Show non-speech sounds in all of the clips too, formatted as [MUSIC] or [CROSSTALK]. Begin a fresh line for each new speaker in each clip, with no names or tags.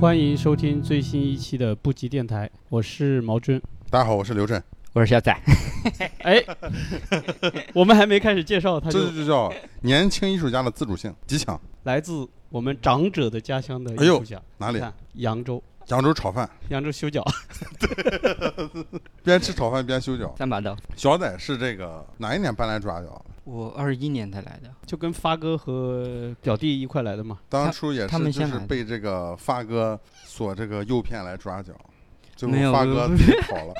欢迎收听最新一期的布吉电台，我是毛军。
大家好，我是刘震，
我是小仔，
[LAUGHS] 哎，我们还没开始介绍，他就
这就叫年轻艺术家的自主性极强。
来自我们长者的家乡的艺
哎呦
术家，
哪
你
里？
看扬州，
扬州炒饭，
扬州修脚，
边吃炒饭边修脚。
三把刀。
小仔是这个哪一年搬来抓脚？
我二一年才来的，
就跟发哥和表弟一块来的嘛。
当初也
他
是
们
就
先
是
来的
被这个发哥所这个诱骗来抓脚，最
没
后
有
发哥自己跑了，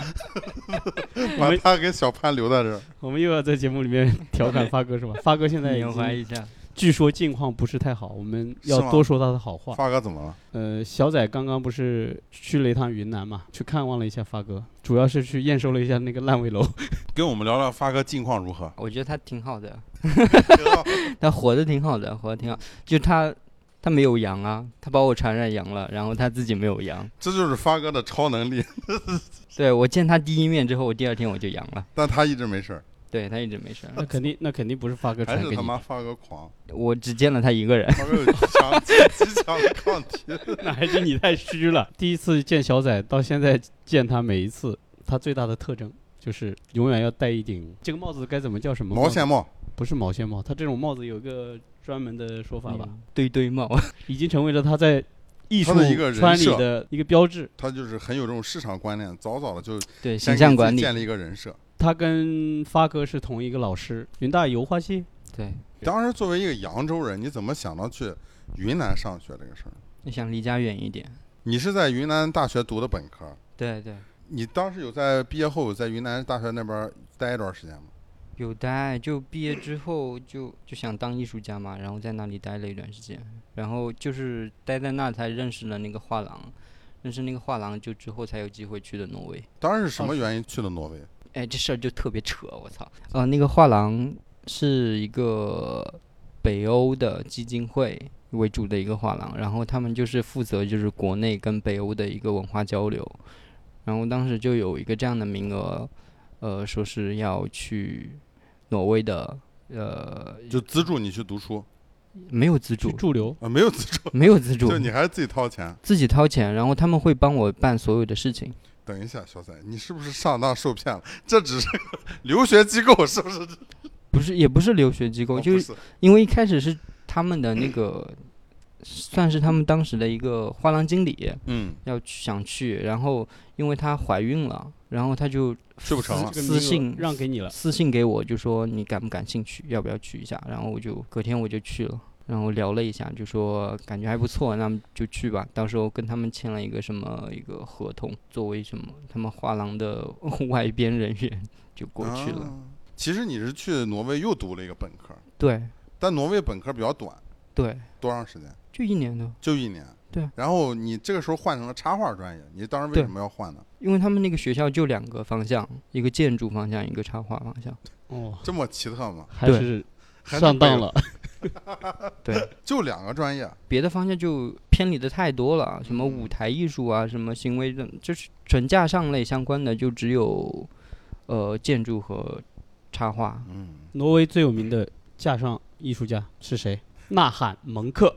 把
没
他给小潘留在这儿。
我们又要在节目里面调侃发 [LAUGHS] 哥是吧？发哥现在已
缅怀
经
一下。？
据说近况不是太好，我们
是
要
吗
多说他的好话。
发哥怎么了？
呃，小仔刚刚不是去了一趟云南嘛，去看望了一下发哥，主要是去验收了一下那个烂尾楼。
跟我们聊聊发哥近况如何
我觉得他挺好的，他活得挺好的，活得挺好。就他，他没有阳啊，他把我传染阳了，然后他自己没有阳。
[LAUGHS] 这就是发哥的超能力，
对我见他第一面之后，我第二天我就阳了。
但他一直没事儿，
对他一直没事儿，
[LAUGHS] 那肯定，那肯定不是发哥
还
传
是
给
他
你
妈
的，
发哥狂，
我只见了他一个人。
发哥有强 [LAUGHS] 极强的抗体。
[LAUGHS] 那还是你太虚了。 [LAUGHS] 第一次见小仔，到现在见他每一次，他最大的特征就是永远要戴一顶这个帽子，该怎么叫什么？
毛线，帽，
不是毛线帽，他这种帽子有一个专门的说法吧，
嗯堆堆帽，
已经成为了他在艺术
他的一个人
穿里
设
的一个标志。
他就是很有这种市场观念，早早的就
对
先给自己
形象管理。
建立一个人设。
他跟发哥是同一个老师，云大油画系。
对，
当时作为一个扬州人，你怎么想到去云南上学这个事儿？
你想离家远一点。
你是在云南大学读的本科，
对对，
你当时有在毕业后有在云南大学那边待一段时间吗？
有待就毕业之后就就想当艺术家嘛，然后在那里待了一段时间，然后就是待在那才认识了那个画廊，认识那个画廊就之后才有机会去的挪威。
当时是什么原因去了挪威？
哎，这事儿就特别扯，我操！呃，那个画廊是一个北欧的基金会为主的一个画廊，然后他们就是负责就是国内跟北欧的一个文化交流，然后当时就有一个这样的名额，呃，说是要去挪威的。呃，
就资助你去读书
没有资
去
助，
驻留，
啊？没有资助，
没有资助
就，你还是自己掏钱。
自己掏钱，然后他们会帮我办所有的事情。
等一下，小仔，你是不是上当受骗了？这只是 [LAUGHS] 个留学机构，是不是？
不是，也不是留学机
哦
构，
不
就是
是
因为一开始是他们的那个，算是他们当时的一个画廊经理
嗯，
要去想去，然后因为她怀孕了，然后她就
去不成了
这。个
私
名额
信
让给你了。
私信给我，就说你感不感兴趣，要不要去一下？然后我就隔天我就去了，然后聊了一下，就说感觉还不错，那么就去吧。到时候跟他们签了一个什么一个合同，作为什么他们画廊的外边人员就过去了。
啊其实你是去挪威又读了一个本科，
对
但挪威本科比较短，
对，
多长时间？
就一年多，
就一年。
对。
然后你这个时候换成了插画专业，你当时为
对
什么要换呢？
因为他们那个学校就两个方向，一个建筑方向，一个插画方向。
哦，
这么奇特吗？
还是上当了。 [LAUGHS]
对，
就两个专业，啊
别的方向就偏离的太多了，什
嗯
么舞台艺术啊，什么行为的，就是纯架上类相关的，就只有呃建筑和插画。
嗯，
挪威最有名的架上艺术家是谁？呐喊蒙克，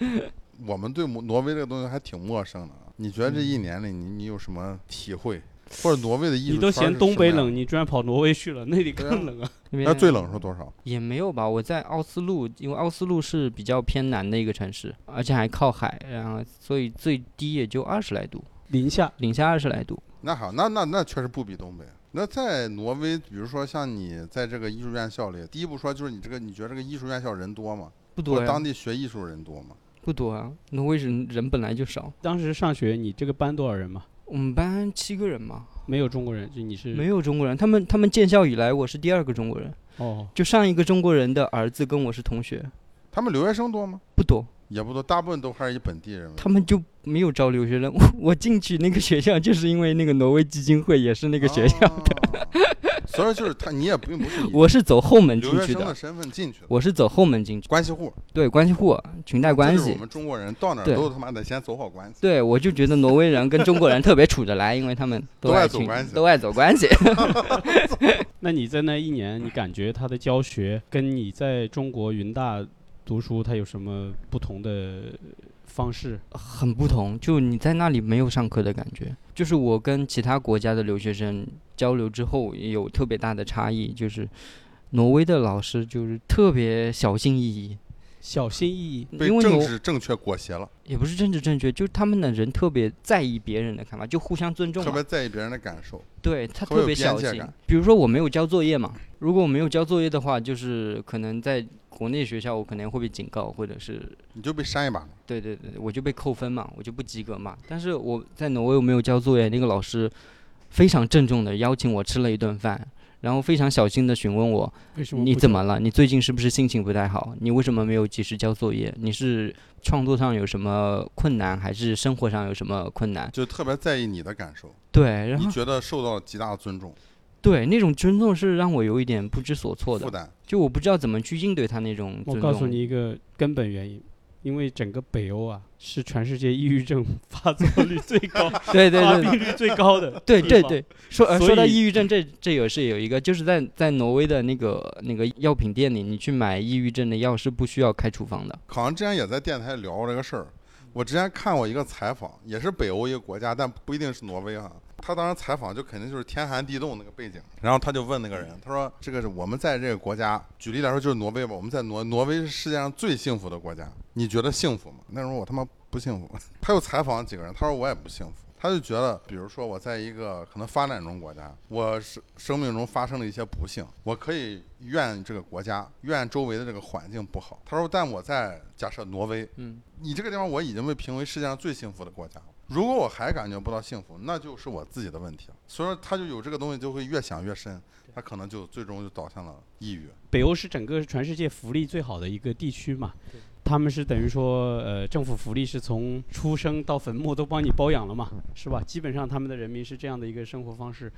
嗯我们对挪挪威这个东西还挺陌生的。啊你觉得这
嗯
一年里你你有什么体会，或者挪威的艺术？
你都嫌东北冷，。你居然跑挪威去了，那里更冷啊！
那
那边
最冷是多少？
也没有吧？我在奥斯陆，因为奥斯陆是比较偏南的一个城市，而且还靠海，然后所以最低也就二十来度，
零下
零下二十来度。
那好，那那那确实不比东北。那在挪威，比如说像你在这个艺术院校里，第一步说就是你这个，你觉得这个艺术院校人多吗？
不
或
多
者
呀
当，地学艺术人多吗？
不多啊。挪威人人本来就少，
当时上学，你这个班多少人嘛？
我们班七个人嘛，
没有中国人，就你是
没有中国人。他们他们建校以来，我是第二个中国人，
哦，
就上一个中国人的儿子跟我是同学，
他们留学生多吗？
不多，
也不多，大部分都还是以本地人为主。
他们就没有招留学生。 [LAUGHS] 我我进去那个学校，就是因为那个挪威基金会也是那个学
哦
校，
的。所以就是他，你也并不是以
我是走后门进
留学
去
生的
的，
身份进去的，
我是走后门进去，
关系户，
对关系户、裙带关
这就是我
系。
们中国人到哪儿
对
都他妈得先走好关系。
对，我就觉得挪威人跟中国人特别处得来，因为他们
都爱
爱
走
群
关系
都爱走关系。
那你在那一年，你感觉他的教学跟你在中国云大读书，他有什么不同的方式？
很不同，就你在那里没有上课的感觉。就是我跟其他国家的留学生交流之后，也有特别大的差异，就是挪威的老师就是特别小心翼翼，
小心翼翼，
被
因为
政
挪
治正确裹挟了，
也不是政治正确，就是他们的人特别在意别人的看法，就互相尊重
特
嘛。
别在意别人的感受。
对他
特别
特
有
别
边
小
界
心
感。
比如说我没有交作业嘛，如果我没有交作业的话，就是可能在国内学校我可能会被警告，或者是
你就被扇一巴掌，
对对对，我就被扣分嘛，我就不及格嘛。但是我在挪威我没有交作业，那个老师非常郑重的邀请我吃了一顿饭，然后非常小心的询问我
为什么
你
不
怎
做
么了？你最近是不是心情不太好？你为什么没有及时交作业？你是创作上有什么困难，还是生活上有什么困难？
就特别在意你的感受，
对，然
你
后
觉得受到了极大的尊重、
对那种尊重是让我有一点不知所措
负
的，
担。
就我不知道怎么去应对他那种
我
尊重。
告诉你一个根本原因，因为整个北欧啊是全世界抑郁症 [LAUGHS] 发作率最高、
[LAUGHS] 对
[LAUGHS]
对
发
对，
病率最高的。
对对对，说呃
所
说到
以
抑郁症，这这也是有一个，就是在在挪威的那个那个药品店里，你去买抑郁症的药是不需要开处方的。
好像之前也在电台聊过这个事儿。我之前看过一个采访，也是北欧一个国家，但不一定是挪威啊。他当时采访就肯定就是天寒地冻那个背景，然后他就问那个人，他说：“这个是我们在这个国家，举例来说就是挪威吧，我们在挪挪威是世界上最幸福的国家，你觉得幸福吗？”那时候我他妈不幸福。 [LAUGHS] 他又采访了几个人，他说我也不幸福。他就觉得，比如说我在一个可能发展中国家，我生生命中发生了一些不幸，我可以怨这个国家，怨周围的这个环境不好。他说，但我在假设挪威，
嗯，
你这个地方我已经被评为世界上最幸福的国家了。如果我还感觉不到幸福，那就是我自己的问题了。所以说，他就有这个东西，就会越想越深，他可能就最终就导向了抑郁。
北欧是整个全世界福利最好的一个地区嘛，他们是等于说，呃，政府福利是从出生到坟墓都帮你包养了嘛，
嗯
是吧？基本上他们的人民是这样的一个生活方式，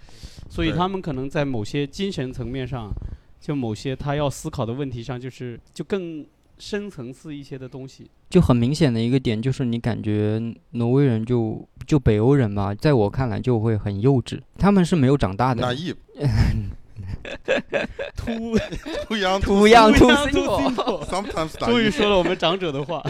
所以
对
他们可能在某些精神层面上，就某些他要思考的问题上，就是就更深层次一些的东
[LAUGHS]
西。
就很明显的一个点就是，你感觉挪威人就就北欧人吧，在我看来就会很幼稚，他们是没有长大
那
的。
抑
突
不一样
土样土
，sometimes 打
终于
抑
说了我们长者的话，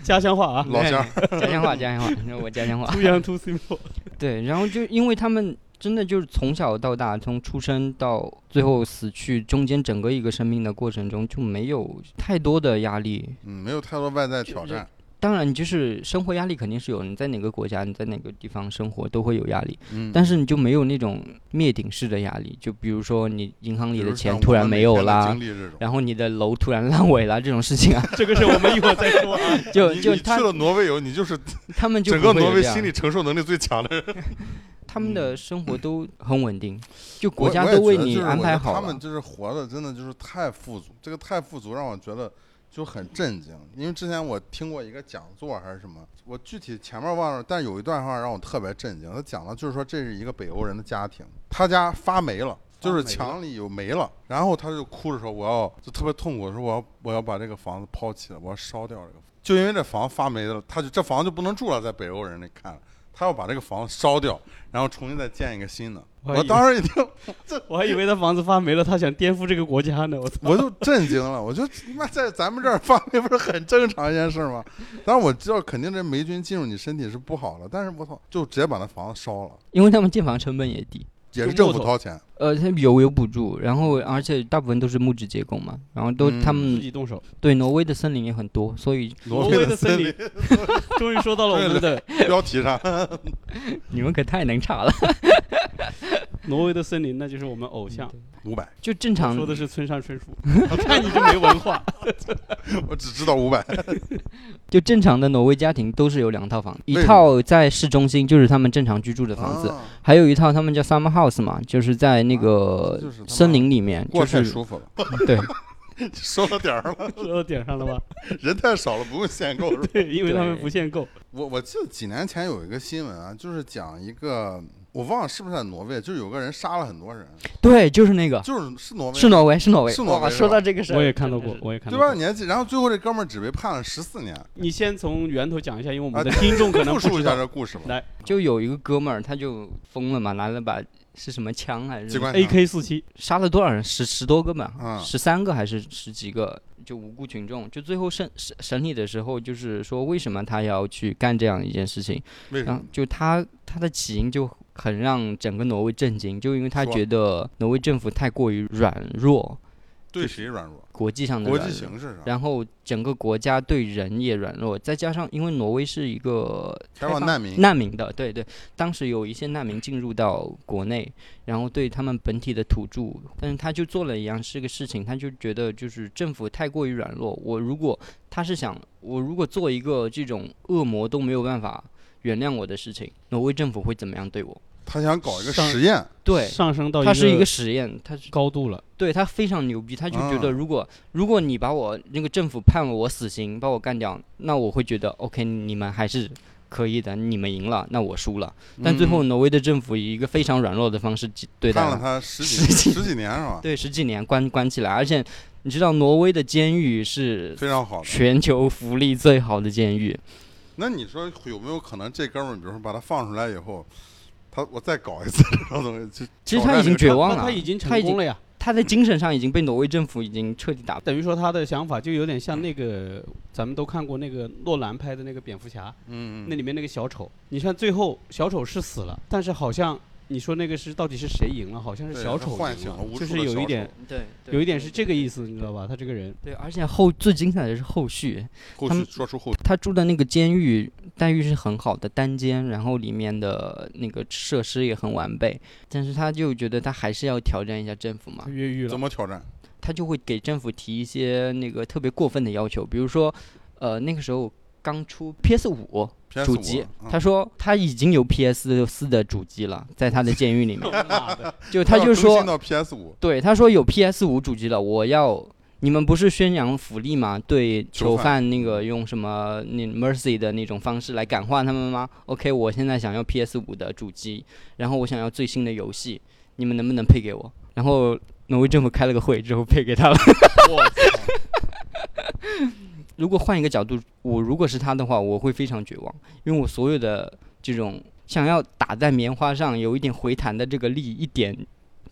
[LAUGHS] 家乡话啊，
老乡儿，
[LAUGHS] 家乡话，家乡话，你说我家乡话。
too young too simple。
对，然后就因为他们真的就是从小到大，从出生到最后死去，中间整个一个生命的过程中就没有太多的压力，
嗯，没有太多外在挑战。
当然，就是生活压力肯定是有，你在哪个国家，你在哪个地方生活都会有压力，
嗯，
但是你就没有那种灭顶式的压力，就比如说你银行
比
里
如
的
像
钱
我
突然
们
没
每
有
天的
啦
经，历这种
然后你的楼突然烂尾啦这种
[LAUGHS]
事情啊，
[LAUGHS] 这个事我们一会儿再说啊。
就
你
就
你去
他
了挪威以后，你就是
他们就
整个
不会有
挪威
这样
心理承受能力最强的人。
他们的生活都很稳定，就国
我
家
我也
都为
觉得
你
就是
安
我觉
排
得
好
他们
了。
就是活的真的就是太富足，这个太富足让我觉得就很震惊。因为之前我听过一个讲座还是什么，我具体前面忘了，但有一段话让我特别震惊。他讲的就是说这是一个北欧人的家庭，他家发霉了。就是
发霉了
墙里有霉了，然后他就哭着说：“我要就特别痛苦，说我要我要把这个房子抛弃了，我要烧掉这个房子。”就因为这房发霉了，他就这房子就不能住了，在北欧人那看来，他要把这个房子烧掉，然后重新再建一个新的。
我
我
还以为
当时一听，
我还以为他房子发霉了，他想颠覆这个国家呢。我操！
我就震惊了，我就他妈在咱们这儿发霉不是很正常一件事吗？当然我知道肯定这霉菌进入你身体是不好的，但是我操，就直接把那房子烧了，
因为他们建房成本也低，
也
就是
政
木
府
头
掏钱，
呃，它有有补助，然后而且大部分都是木质结构嘛，然后都、
自
嗯
他们
己动手。
对挪威的森林也很多，所以
挪
威
威
的
的森
林
林，
[LAUGHS]
终于说到了我们的
标题上，
你们可太能查了。
挪威的森林，那就是我们偶像。
五百，
就正常
说的是村上春树，
嗯
我看你就没文化。
我只知道五百，
就正常的挪威家庭都是有两套房，一
为什么
套在市中心，就是他们正常居住的房子，
啊
还有一套他们叫 summer house 嘛，就是在那个
就是他妈
呃森林里面，
过
就
太
是
舒服了，
[LAUGHS] 对，
说到点儿了，
说到点上了
[LAUGHS]
吧？
人太少了，不用限购是吧？ [LAUGHS]
对，因为他们不限购。
我我记得几年前有一个新闻啊，就是讲一个我忘了是不是在挪威，就是有个人杀了很多人，
对，就是那个，
就是是挪威
是挪威，是挪威，
是挪威
哇
是吧
说到这个事儿，
我也看到
真的
过
是，
我也看
对
到
吧？
过。
年纪，然后最后这哥们儿只被判了十四年。
你先从源头讲一下，因为我
啊
们的听众可能
[LAUGHS] 复
不
述
知
一下
道。
这故事吧。
来
就有一个哥们儿，他就疯了嘛，拿了把是什么枪还是
机
什么
关枪
AK 四七，
杀了多少人？十十多个吧
嗯，
十三个还是十几个？就无辜群众，就最后审审审理的时候，就是说为什么他要去干这样一件事情？
为什
然
么
后？就他他的起因就很让整个挪威震惊，就因为他
说
觉得挪威政府太过于软弱，
对谁软弱？
国际上的
国
软
际
弱
形势上，
然后整个国家对人也软弱，再加上因为挪威是一个
开
放
放难民，
难民的，对对，当时有一些难民进入到国内，然后对他们本体的土著，但是他就做了一样是个事情，他就觉得就是政府太过于软弱，我如果他是想我如果做一个这种恶魔都没有办法原谅我的事情，挪威政府会怎么样对我？
他想搞一个
上
实验，
对，
上升到
他是一
一
个实验，他是
高度了。
对他非常牛逼，他就觉
啊
得如果、如果你把我那个政府判了我死刑，把我干掉，那我会觉得 OK，你们还是可以的，你们赢了，那我输了。但最后
嗯
挪威的政府以一个非常软弱的方式击对待
判了
了
他十
十
几
几
十几年是吧？
对十几年关关起来，而且你知道挪威的监狱是
非常好的。
全球福利最好的监狱，
那你说有没有可能这哥们儿，比如说把他放出来以后，他我再搞一次这种东西？就
其实
挑
他
战
已
这
经
个
绝
政
望
那
了，
他已经
他
成
已经
功了呀，
他在精神上已经被挪威政府已经彻底打败。
等于说他的想法就有点像那个咱们都看过那个诺兰拍的那个蝙蝠侠，
嗯，嗯
那里面那个小丑，你看最后小丑是死了，但是好像你说那个是到底是谁赢了？好像是
对
小
他
丑
唤
赢
醒了无
了，就
数
是
的
有一
小
点
丑
对，
有一点是这个意思，你知道吧？他这个
[LAUGHS]
人
对，而且后最精彩的是后续，
后
他
续
们
说出后
他住的那个监狱待遇是很好的，单间，然后里面的那个设施也很完备，但是他就觉得他还是要挑战一下政府嘛
他，越狱
怎
了，
么挑战？
他就会给政府提一些那个特别过分的要求，比如说，呃，那个时候刚出 PS 五
PS
主机，
嗯
他说他已经有 PS 四的主机了，在他的监狱
[LAUGHS]
里面，
妈的
就他
要
就
更新
说，
到 PS 五，
对，他说有 PS 五主机了，我要。你们不是宣扬福利吗？对
囚
囚
犯
犯那个用什么那 mercy 的那种方式来感化他们吗？OK，我现在想要 PS 五的主机，然后我想要最新的游戏，你们能不能配给我？然后挪威政府开了个会之后配给他了。
我操！
[LAUGHS] 如果换一个角度，我如果是他的话，我会非常绝望，因为我所有的这种想要打在棉花上有一点回弹的这个力，一点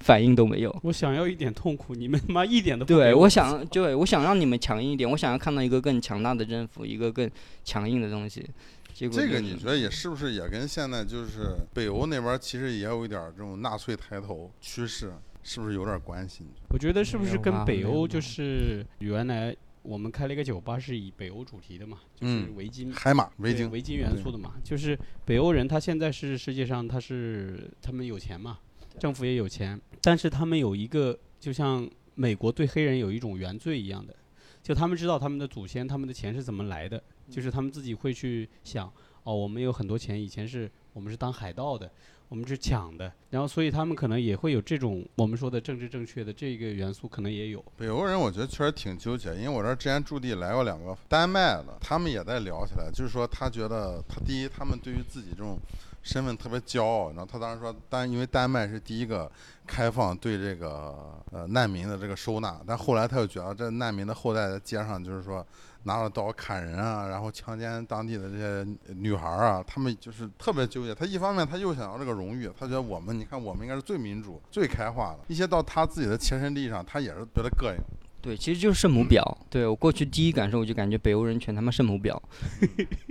反应都没有。
[LAUGHS] 我想要一点痛苦，你们他妈一点都不
对，
给
我想，对我想让你们强硬一点，我想要看到一个更强大的政府，一个更强硬的东西。结果
这个
就
你觉得也是不是也跟现在就是北欧那边其实也有一点儿这种纳粹抬头趋势，是不是有点关系？
我觉得是不
没
是
有
跟
吧
北
没有
欧
吧
就是原来我们开了一个酒吧是以北欧主题的嘛，就是
嗯
维京
海马维
对
京，
维京元素的嘛，就是北欧人，他现在是世界上他是他们有钱嘛，政府也有钱，但是他们有一个就像美国对黑人有一种原罪一样的，就他们知道他们的祖先他们的钱是怎么来的，就是他们自己会去想，哦，我们有很多钱，以前是我们是当海盗的，我们是抢的，然后所以他们可能也会有这种我们说的政治正确的这个元素，可能也有。
北欧人我觉得确实挺纠结，因为我这儿之前驻地来过两个丹麦的，他们也在聊起来，就是说他觉得他第一，他们对于自己这种身份特别骄傲，然后他当时说丹，因为丹麦是第一个开放对这个呃难民的这个收纳，但后来他又觉得这难民的后代在街上就是说拿着刀砍人啊，然后强奸当地的这些女孩儿啊，他们就是特别纠结。他一方面他又想要这个荣誉，他觉得我们你看我们应该是最民主、最开化的，一些到他自己的切身利益上，他也是觉得膈应。
对，其实就是圣母婊。对我过去第一感受，我就感觉北欧人全他妈圣
[LAUGHS]
母婊，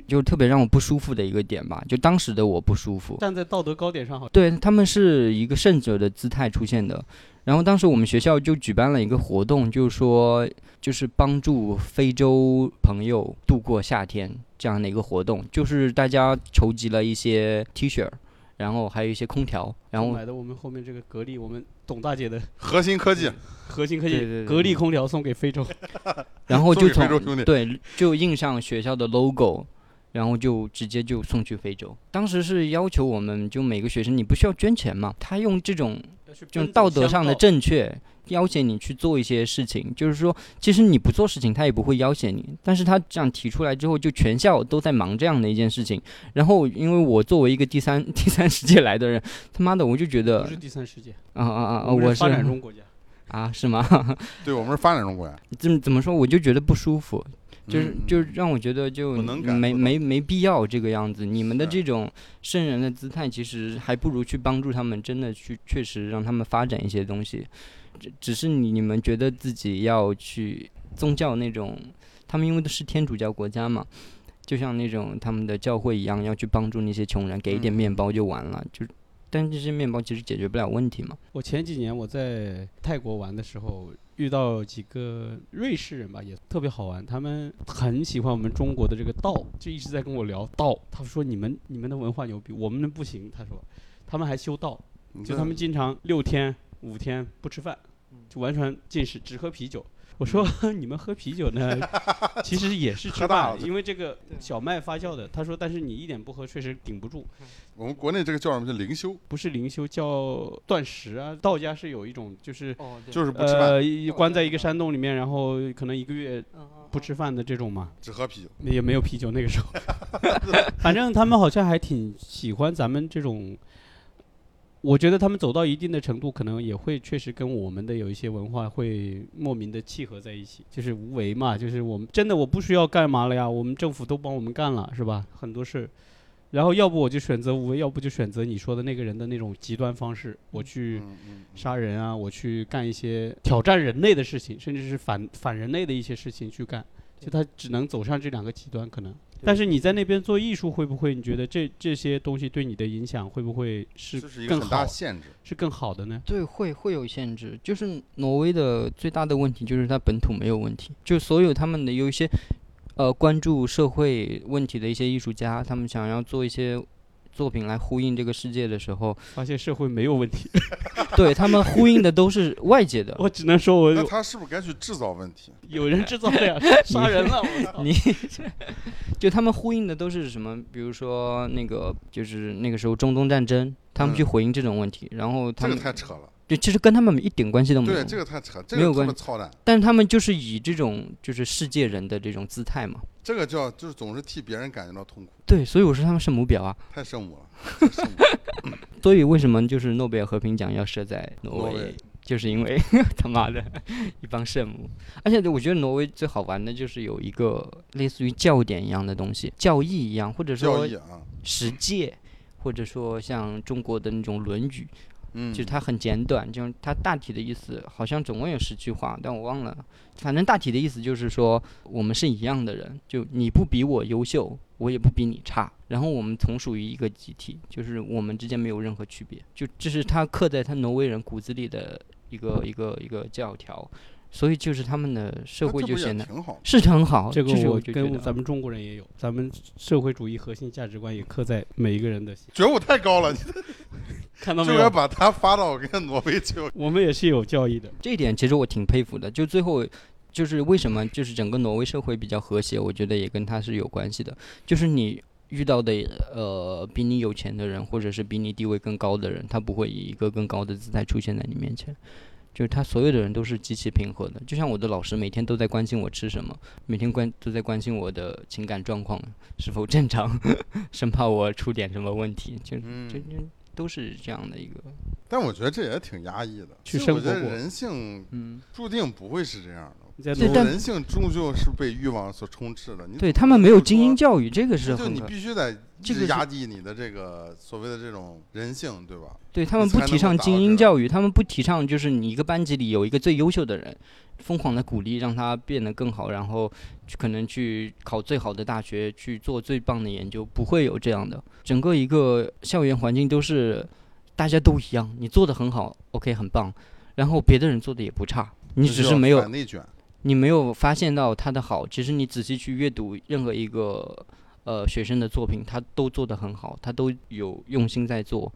就是特别让我不舒服的一个点吧。就当时的我不舒服，
站在道德高点上好，
对他们是一个胜者的姿态出现的。然后当时我们学校就举办了一个活动，就是说就是帮助非洲朋友度过夏天这样的一个活动，就是大家筹集了一些 T 恤，然后还有一些空调，然后
买的我们后面这个格力，我们董大姐的
核心科技，
核心科
对对
技
对
格力空调送给非洲，
然后
送
就
给非
从
洲兄弟
对就印上学校的 logo。然后就直接就送去非洲。当时是要求我们就每个学生，你不需要捐钱嘛？他用这种就是道德上的正确，要挟你去做一些事情。就是说，其实你不做事情，他也不会要挟你。但是他这样提出来之后，就全校都在忙这样的一件事情。然后，因为我作为一个第三 [LAUGHS] 第三世界来的人，他妈的，我就觉得
不是第三世界，
啊啊啊啊，
们
我
是发展
是
中国家，
啊，是吗？ [LAUGHS]
对我们是发展中国家，
怎么怎么说？我就觉得不舒服。就是
嗯
就是让我觉得就
我能感
没
受到
没没必要这个样子。你们的
是啊
这种圣人的姿态，其实还不如去帮助他们，真的去确实让他们发展一些东西。只只是你你们觉得自己要去宗教那种，他们因为都是天主教国家嘛。就像那种他们的教会一样，要去帮助那些穷人，给一点
嗯
面包就完了。就，但这些面包其实解决不了问题嘛。
我前几年我在泰国玩的时候，遇到几个瑞士人吧，也特别好玩。他们很喜欢我们中国的这个道，就一直在跟我聊道。他说你们你们的文化牛逼，我们的不行。他说他们还修道，
你
就
这
他们经常六天五天不吃饭，就完全禁食，只喝啤酒。我说 [LAUGHS] 你们喝啤酒呢， [LAUGHS] 其实也是吃
嗯喝大
饭，
了
因为这个小麦发酵的。他说，但是你一点不喝，确实顶不住。
我们国内这个叫什么？叫灵修，
不是灵修，叫断食啊。道家是有一种就是
哦，对
就是不吃饭，嗯
呃，一关在一个山洞里面，然后可能一个月
嗯
不吃饭的这种嘛，
只喝啤酒。
也没有啤酒那个时候。反正他们好像还挺喜欢咱们这种，我觉得他们走到一定的程度，可能也会确实跟我们的有一些文化会莫名的契合在一起，就是无为嘛，就是我们真的我不需要干嘛了呀，我们政府都帮我们干了，是吧？很多事。然后，要不我就选择无为，要不就选择你说的那个人的那种极端方式，我去
嗯嗯，
杀人啊，我去干一些挑战人类的事情，甚至是反反人类的一些事情去干，就他只能走上这两个极端可能。但是你在那边做艺术，会不会你觉得这这些东西对你的影响会不会是
这是一个
更
很大
好
的，限制。
是更好的呢？
对，会会有限制。就是挪威的最大的问题就是它本土没有问题，就所有他们的有一些呃关注社会问题的一些艺术家，他们想要做一些作品来呼应这个世界的时候，
发现社会没有问题，
对他们呼应的都是外界的。
我只能说
哎
我
那
有
他是不是该去制造问题？
有人制造了
[LAUGHS]
呀，杀人了，我操
你 [LAUGHS] 就他们呼应的都是什么？比如说那个就是那个时候中东战争，他们去
嗯
回应这种问题，然后他
这
们
个太扯了。
就其实跟他们一点关系都没有。
对，这个太扯，这
没有
个这
关
么操蛋，
但他们就是以这种就是世界人的这种姿态嘛。
这个叫就是总是替别人感觉到痛苦，
对，所以我说他们圣母婊啊。
太圣
[LAUGHS]
母了。太圣母了
所以为什么就是诺贝尔和平奖要设在
挪
挪威？
威
[LAUGHS] 就是因为他妈的一帮圣母，而且我觉得挪威最好玩的就是有一个类似于教典一样的东西，教义一样，或者
教
说
义啊，
十诫，或者说像中国的那种《论语》，
嗯，
就是它很简短，就是它大体的意思好像总共有十句话，但我忘了。反正大体的意思就是说，我们是一样的人，就你不比我优秀，我也不比你差。然后我们从属于一个集体，就是我们之间没有任何区别。就这是他刻在他挪威人骨子里的一个一个一个教条，所以就是他们的社
那
会
这
就
不也
显得
挺好。
是很好。
这个
是
我
我就觉
跟
得
咱们中国人也有，咱们社会主义核心价值观也刻在每一个人的心，
觉悟太高了，你
看到没
就该
有？
把它发到跟挪威去。
我们也是有教义的。
这一点其实我挺佩服的。就最后，就是为什么就是整个挪威社会比较和谐，我觉得也跟他是有关系的。就是你遇到的呃比你有钱的人，或者是比你地位更高的人，他不会以一个更高的姿态出现在你面前。就是他所有的人都是极其平和的，就像我的老师每天都在关心我吃什么，每天关都在关心我的情感状况是否正常， [LAUGHS] 生怕我出点什么问题，就就
嗯，
就都是这样的一个，
但我觉得这也挺压抑的。
去
就
生
我觉
活
得
过
人性
嗯，
注定不会是这样的。
你在
对
挪
但
人性终究是被欲望所充斥的。你
对
总
他们没有精英
不
教育，这个是
说，就
很
你
可
必须得一
这个
直
是
压抑你的这个所谓的这种人性，对吧？
对他
你
们不
才
提
能够
倡
达
精
到这
英
个
教育，他们不提倡就是你一个班级里有一个最优秀的人，疯狂的鼓励让他变得更好，然后去可能去考最好的大学，去做最棒的研究，不会有这样的。整个一个校园环境都是大家都一样，你做的很好，OK 很棒，然后别的人做的也不差，你
这
只
就是叫
没有
反内卷。
你没有发现到他的好，其实你仔细去阅读任何一个呃学生的作品，他都做得很好，他都有用心在做。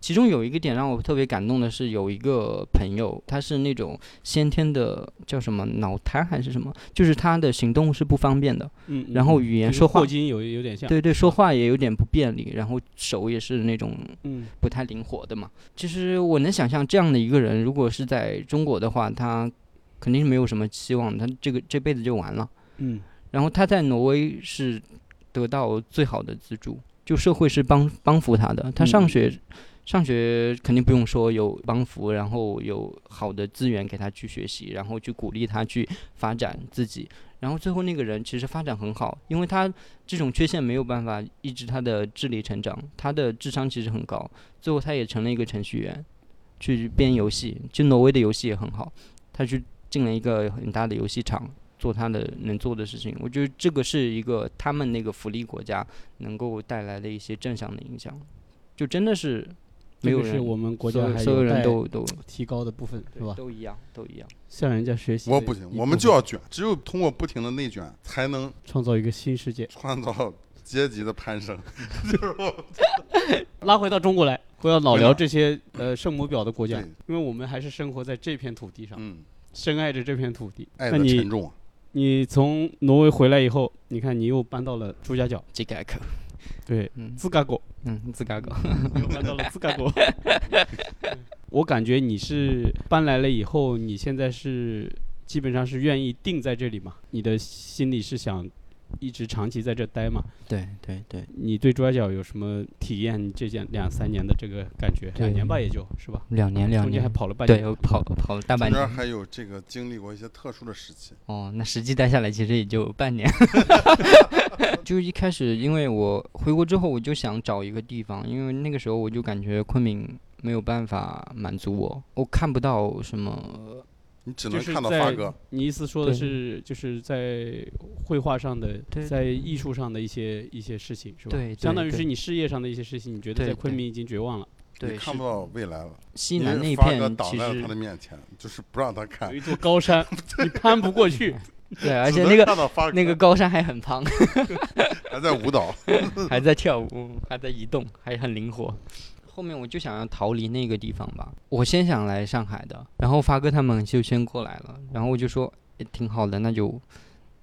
其中有一个点让我特别感动的是，有一个朋友，他是那种先天的叫什么脑瘫还是什么，就是他的行动是不方便的，
嗯，
然后语言说话
霍，金有有点像，
对对，说话也有点不便利，然后手也是那种
嗯，
不太灵活的嘛。其实我能想象这样的一个人，如果是在中国的话，他肯定是没有什么期望，他这个这辈子就完了。
嗯，
然后他在挪威是得到最好的资助，就社会是帮帮扶他的。他上
嗯
学上学肯定不用说，有帮扶，然后有好的资源给他去学习，然后去鼓励他去发展自己。然后最后那个人其实发展很好，因为他这种缺陷没有办法抑制他的智力成长，他的智商其实很高。最后他也成了一个程序员，去编游戏。其实挪威的游戏也很好，他去进了一个很大的游戏厂，做他的能做的事情。我觉得这个是一个他们那个福利国家能够带来的一些正向的影响，就真的是没
这
有
个
人，
是我们国
所
家
有
还
所有人
待
都都
提高的部分是吧？
都一样，都一样。
向人家学习的
我
一部
不
分，
行，我们就要卷，只有通过不停的内卷，才能
创造一个新世界。
创造阶级的攀升。
拉回到中国来，回到老
回
聊
到
这些呃圣母婊的国家
对，
因为我们还是生活在这片土地上，
嗯，
深爱着这片土地。
爱
那
的
你
沉重啊，
你从挪威回来以后，你看你又搬到了朱家角，
这个可，
对，
嗯
自嘎国，
嗯，自嘎狗。
[LAUGHS] 又搬到了自嘎国。我感觉你是搬来了以后，你现在是基本上是愿意定在这里嘛？你的心里是想一直长期在这待嘛？
对对对，
你对朱家角有什么体验？你这件两三年的这个感觉，
对
两年吧，也就是吧。
两年两
中间还
年，
跑了半
对，
年，
我跑跑了大
中
半
间
年。
还有这个经历过一些特殊的时期。
哦，那实际待下来其实也就
[LAUGHS]
半年。就是一开始，因为我回国之后，我就想找一个地方，因为那个时候我就感觉昆明没有办法满足我，我看不到什么。
你只
就
能
是
看到
在
发哥，
你意思说的
对
是，就是在绘画上的
对，
在艺术上的一些一些事情，是吧？
对
相当于
对
是你事业上的一些事情，你觉得
对
在昆
对
明已经绝望了，
你
对，
看
是
不到未来了。
西
因
南那
为
一
发哥
片
挡
其
在了他的
实
面前，就是不让他看
有，一座高
[LAUGHS]
山，你攀不过去。
对，而
只
且
能
那个
看到发哥
那个高山还很胖，
[LAUGHS] 还在舞
[LAUGHS]
蹈，
还在跳舞，还在移动， [LAUGHS] 还很灵活。后面我就想要逃离那个地方吧，我先想来上海的，然后发哥他们就先过来了，然后我就说，诶挺好的，那就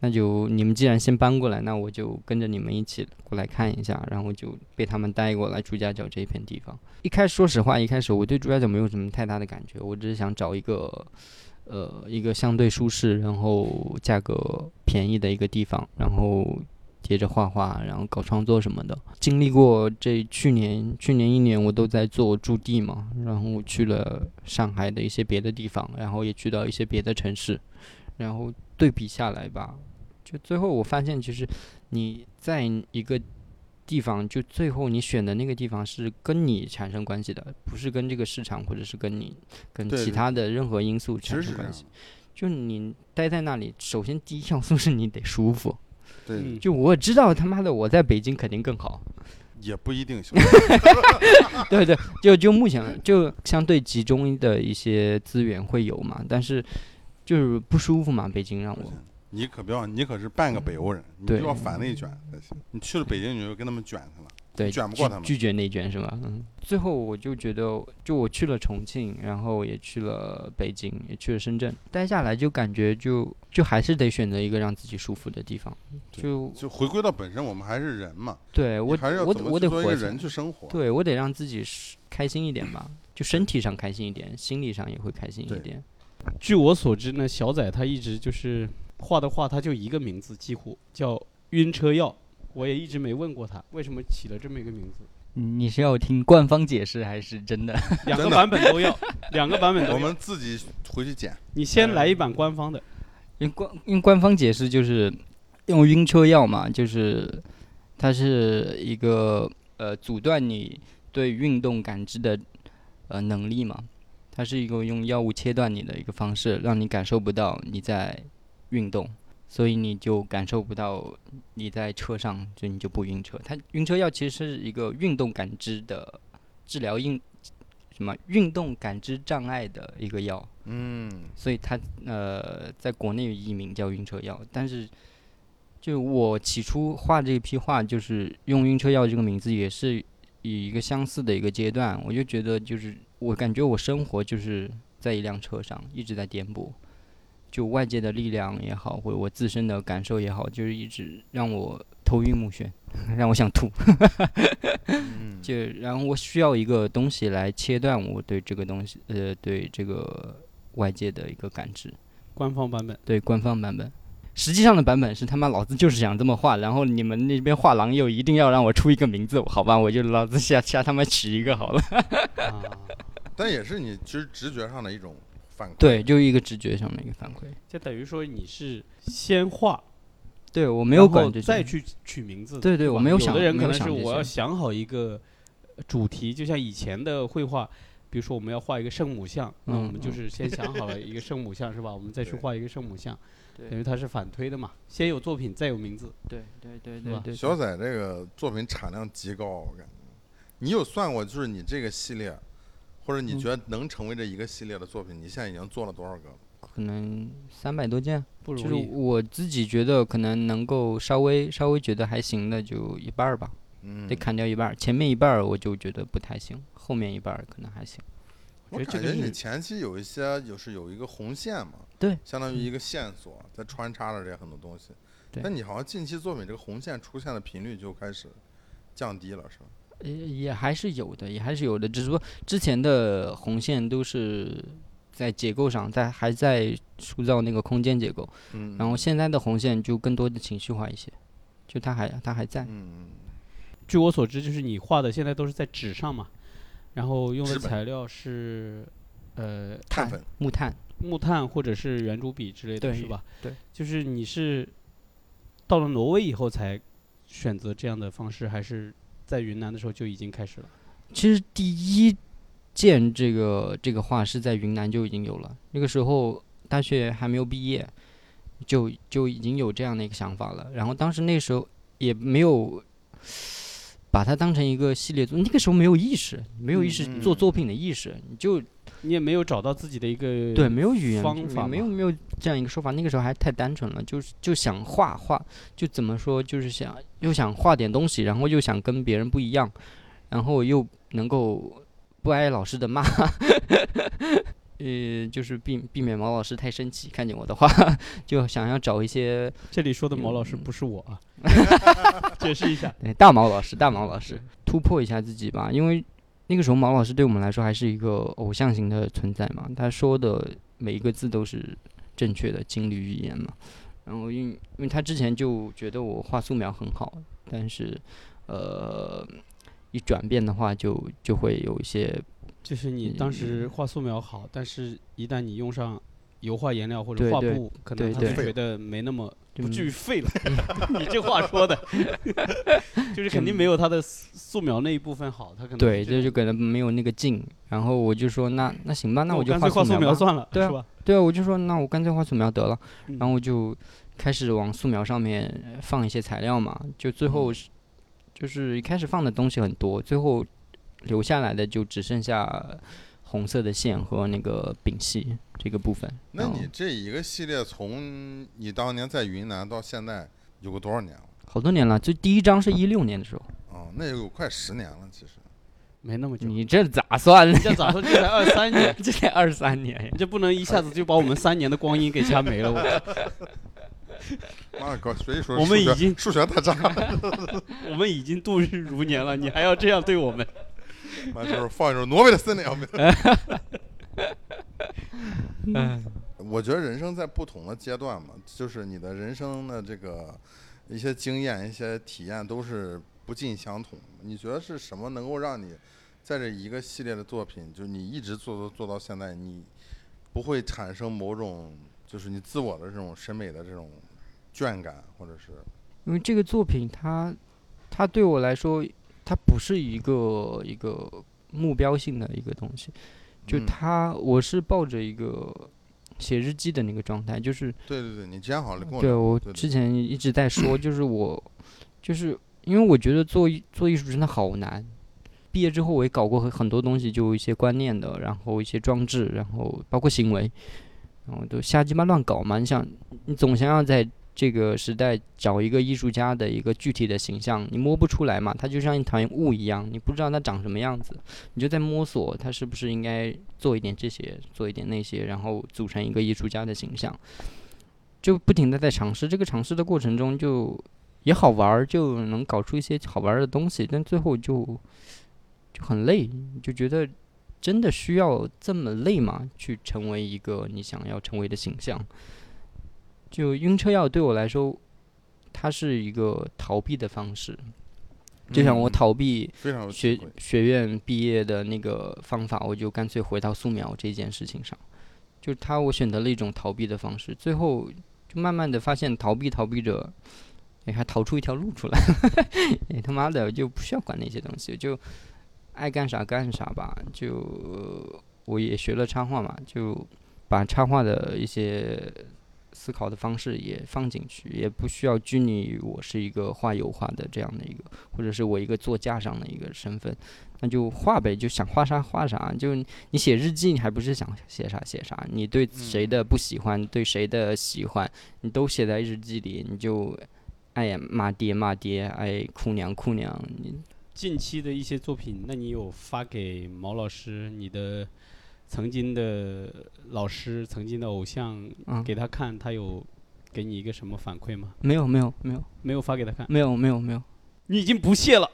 那就你们既然先搬过来，那我就跟着你们一起过来看一下，然后就被他们带过来朱家角这一片地方。一开始说实话，一开始我对朱家角没有什么太大的感觉，我只是想找一个呃一个相对舒适，然后价格便宜的一个地方，然后接着画画，然后搞创作什么的。经历过这去年去年一年，我都在做驻地嘛，然后去了上海的一些别的地方，然后也去到一些别的城市，然后对比下来吧，就最后我发现，其实你在一个地方，就最后你选的那个地方是跟你产生关系的，不是跟这个市场或者是跟你跟
对
其
对
他的任何因素
其
产
实是
生
这样
关
的
系。。就你待在那里，首先第一要素是你得舒服。
对，
嗯，
就我知道他妈的我在北京肯定更好，
也不一定行。
[LAUGHS]
啊
对对，就就目前就相对集中的一些资源会有嘛，但是就是不舒服嘛，北京让我。
你可不要，你可是半个北欧人，你就
对
要反内卷才行。你去了北京，你就跟他们卷去了。
对，
卷不
拒
过他们
拒绝内卷是吧？嗯。最后我就觉得，就我去了重庆，然后也去了北京，也去了深圳，待下来就感觉就就还是得选择一个让自己舒服的地方。
对
就
就回归到本身，我们还是人嘛，
对我
你还是要
我
怎
得
么
我
去
得
做一个
活下
人去生活。
对我得让自己是开心一点吧，就身体上开心一点，心理上也会开心一
对
点。
据我所知呢，小仔他一直就是画的画，他就一个名字，几乎叫晕车药。我也一直没问过他为什么起了这么一个名
[LAUGHS]
字，
你是要听官方解释还是真的？
两个
真的
版本都要，两个版本
我
都要。
们嗯自己回去剪，
你先来一版官方的，
因为官因为官方解释就是用晕车药嘛，就是它是一个呃阻断你对运动感知的呃能力嘛，它是一个用药物切断你的一个方式，让你感受不到你在运动，所以你就感受不到你在车上，就你就不晕车。它晕车药其实是一个运动感知的治疗运什么运动感知障碍的一个药。
嗯，
所以它呃，在国内译名叫晕车药，但是就我起初画这批画，就是用晕车药这个名字，也是以一个相似的一个阶段，我就觉得就是我感觉我生活就是在一辆车上一直在颠簸，就外界的力量也好，或者我自身的感受也好，就是一直让我头晕目眩， [LAUGHS] 让我想吐。就然后我需要一个东西来切断我对这个东西，呃，对这个外界的一个感知。
官方版本。
对，官方版本，实际上的版本是他妈老子就是想这么画，然后你们那边画廊又一定要让我出一个名字，好吧，我就老子瞎瞎他妈取一个好了。
啊，
但也是你其实直觉上的一种反馈。
[LAUGHS] 对，就一个直觉上的一个反馈。
就等于说你是先画，
对我没有
然后
管这些
再去取名字的。
对对
吧
我没有
有
想
的人
没
可
有
能
想
是
这
我要
些
想好一个呃主题，就像以前的绘画，比如说我们要画一个圣母像，那我
嗯
们就是先想好了一个圣母
[LAUGHS]
像，是吧？我们再去
对
画一个圣母像，
对
等于它是反推的嘛，先有作品，再有名字。
对对对
吧
对
小仔这个作品产量极高，我感觉。你有算过，就是你这个系列，或者你
嗯
觉得能成为这一个系列的作品，你现在已经做了多少个了？
可能三百多件，
不
就
容
是
易，
我自己觉得可能能够稍微稍微觉得还行的就一半儿吧，
嗯
得，砍掉一半儿，前面一半儿我就觉得不太行，后面一半儿可能还行。
我
觉得这
感
个
觉你
是
前期有一些就是有一个红线嘛，
对，
相当于一个线索，在穿插着这很多东西。
对
但你好像近期作品这个红线出现的频率就开始降低了，是吧？
也也还是有的，也还是有的，只是说之前的红线都是在结构上，在还在塑造那个空间结构，
嗯，
然后现在的红线就更多的情绪化一些，就它还它还在，
嗯，
据我所知，就是你画的现在都是在纸上嘛，然后用的
纸本
材料是，呃，
碳粉，
木炭
木炭或者是圆珠笔之类的，
对
是吧？
对，
就是你是到了挪威以后才选择这样的方式，还是在云南的时候就已经开始了？
其实第一件这个这个画是在云南就已经有了，那个时候大学还没有毕业，就就已经有这样的一个想法了。然后当时那时候也没有把它当成一个系列作，那个时候没有意识，没有意识
嗯
做作品的意识，你就
你也没有找到自己的一个
对没有语言
方法
也没有
嘛
没有这样一个说法。那个时候还太单纯了，就是就想画画，就怎么说，就是想又想画点东西，然后又想跟别人不一样，然后又能够不挨老师的骂， [LAUGHS] 呃，就是避避免毛老师太生气，看见我的话， [LAUGHS] 就想要找一些
这里说的毛老师不是我啊，解释一
[LAUGHS]
下。
对哎大毛老师，大毛老师突破一下自己吧，因为那个时候毛老师对我们来说还是一个偶像型的存在嘛，他说的每一个字都是正确的，金缕玉言嘛。然后因因为他之前就觉得我画素描很好，但是呃一转变的话就就会有一些
就是你当时画素描好，但是一旦你用上油画颜料或者
对
画
对
布，可
对
能他就
对
觉得没那么不
嗯
至于废
[LAUGHS]
了。 [LAUGHS] 你这话说的， [LAUGHS] 就是肯定没有他的素素描那一部分好，他可能
对，
这
就就
种
可能没有那个劲。然后我就说那那行吧，那
我
我就
干脆画素
素
描
吧。
算了，
对啊
是吧？
对啊，我就说那我干脆画素描得了，
嗯
然后就开始往素描上面呃放一些材料嘛，就最后是就是一开始放的东西很多，最后留下来的就只剩下红色的线和那个丙烯这个部分。
那
然后
你这一个系列从你当年在云南到现在，有个多少年了？
好多年了，最第一张是一六年的时候，
哦，那有快十年了，其实。
没那么久。 [LAUGHS]
你这咋算呢？ [LAUGHS]
这咋说？这才二三年，
这才二三年呀
你，这不能一下子就把我们三年的光阴给掐没了。
[LAUGHS]
我
妈的，搞所以说
我们
数学
已经
数学大炸，
我们已经度日如年了，你还要这样对我们？ [LAUGHS]
妈就是放一首挪威的森林。我们 [LAUGHS]
嗯
嗯我觉得人生在不同的阶段嘛，就是你的人生的这个一些经验、一些体验都是不尽相同的。你觉得是什么能够让你在这一个系列的作品，就是你一直做做做到现在，你不会产生某种就是你自我的这种审美的这种倦感，或者是
因为这个作品它，它对我来说，它不是一个一个目标性的一个东西，就
嗯
它，我是抱着一个写日记的那个状态，就是
对对对，你之前好像跟我
对
聊
我
对对
之前一直在说，就是我，就是因为我觉得做艺做艺术真的好难。毕业之后，我也搞过很很多东西，就一些观念的，然后一些装置，然后包括行为，然后都瞎鸡巴乱搞嘛。你想，你总想要在这个时代找一个艺术家的一个具体的形象，你摸不出来嘛，他就像一团雾一样，你不知道他长什么样子，你就在摸索他是不是应该做一点这些，做一点那些，然后组成一个艺术家的形象，就不停的在尝试。这个尝试的过程中就也好玩儿，就能搞出一些好玩儿的东西，但最后就就很累，就觉得真的需要这么累吗？去成为一个你想要成为的形象。就晕车药对我来说，它是一个逃避的方式，就像我
嗯
逃避
非常有机
学
会。
学院毕业的那个方法，我就干脆回到素描这件事情上。就他，我选择了一种逃避的方式，最后就慢慢的发现，逃避逃避着，哎，还逃出一条路出来。 [LAUGHS] 哎，他妈的，就不需要管那些东西，就爱干啥干啥吧。就呃我也学了插画嘛，就把插画的一些思考的方式也放进去，也不需要拘泥于我是一个画油画的这样的一个，或者是我一个作家上的一个身份，那就画呗，就想画啥画啥。就你写日记，你还不是想写啥写啥？你对谁的不喜欢，对谁的喜欢，你都写在日记里，你就爱骂爹骂爹，爱哭娘哭娘，你
近期的一些作品，那你有发给毛老师，你的曾经的老师、曾经的偶像，
啊，
给他看，他有给你一个什么反馈吗？
没有没有没有
没有发给他看，
没有没有没有
你已经不屑了。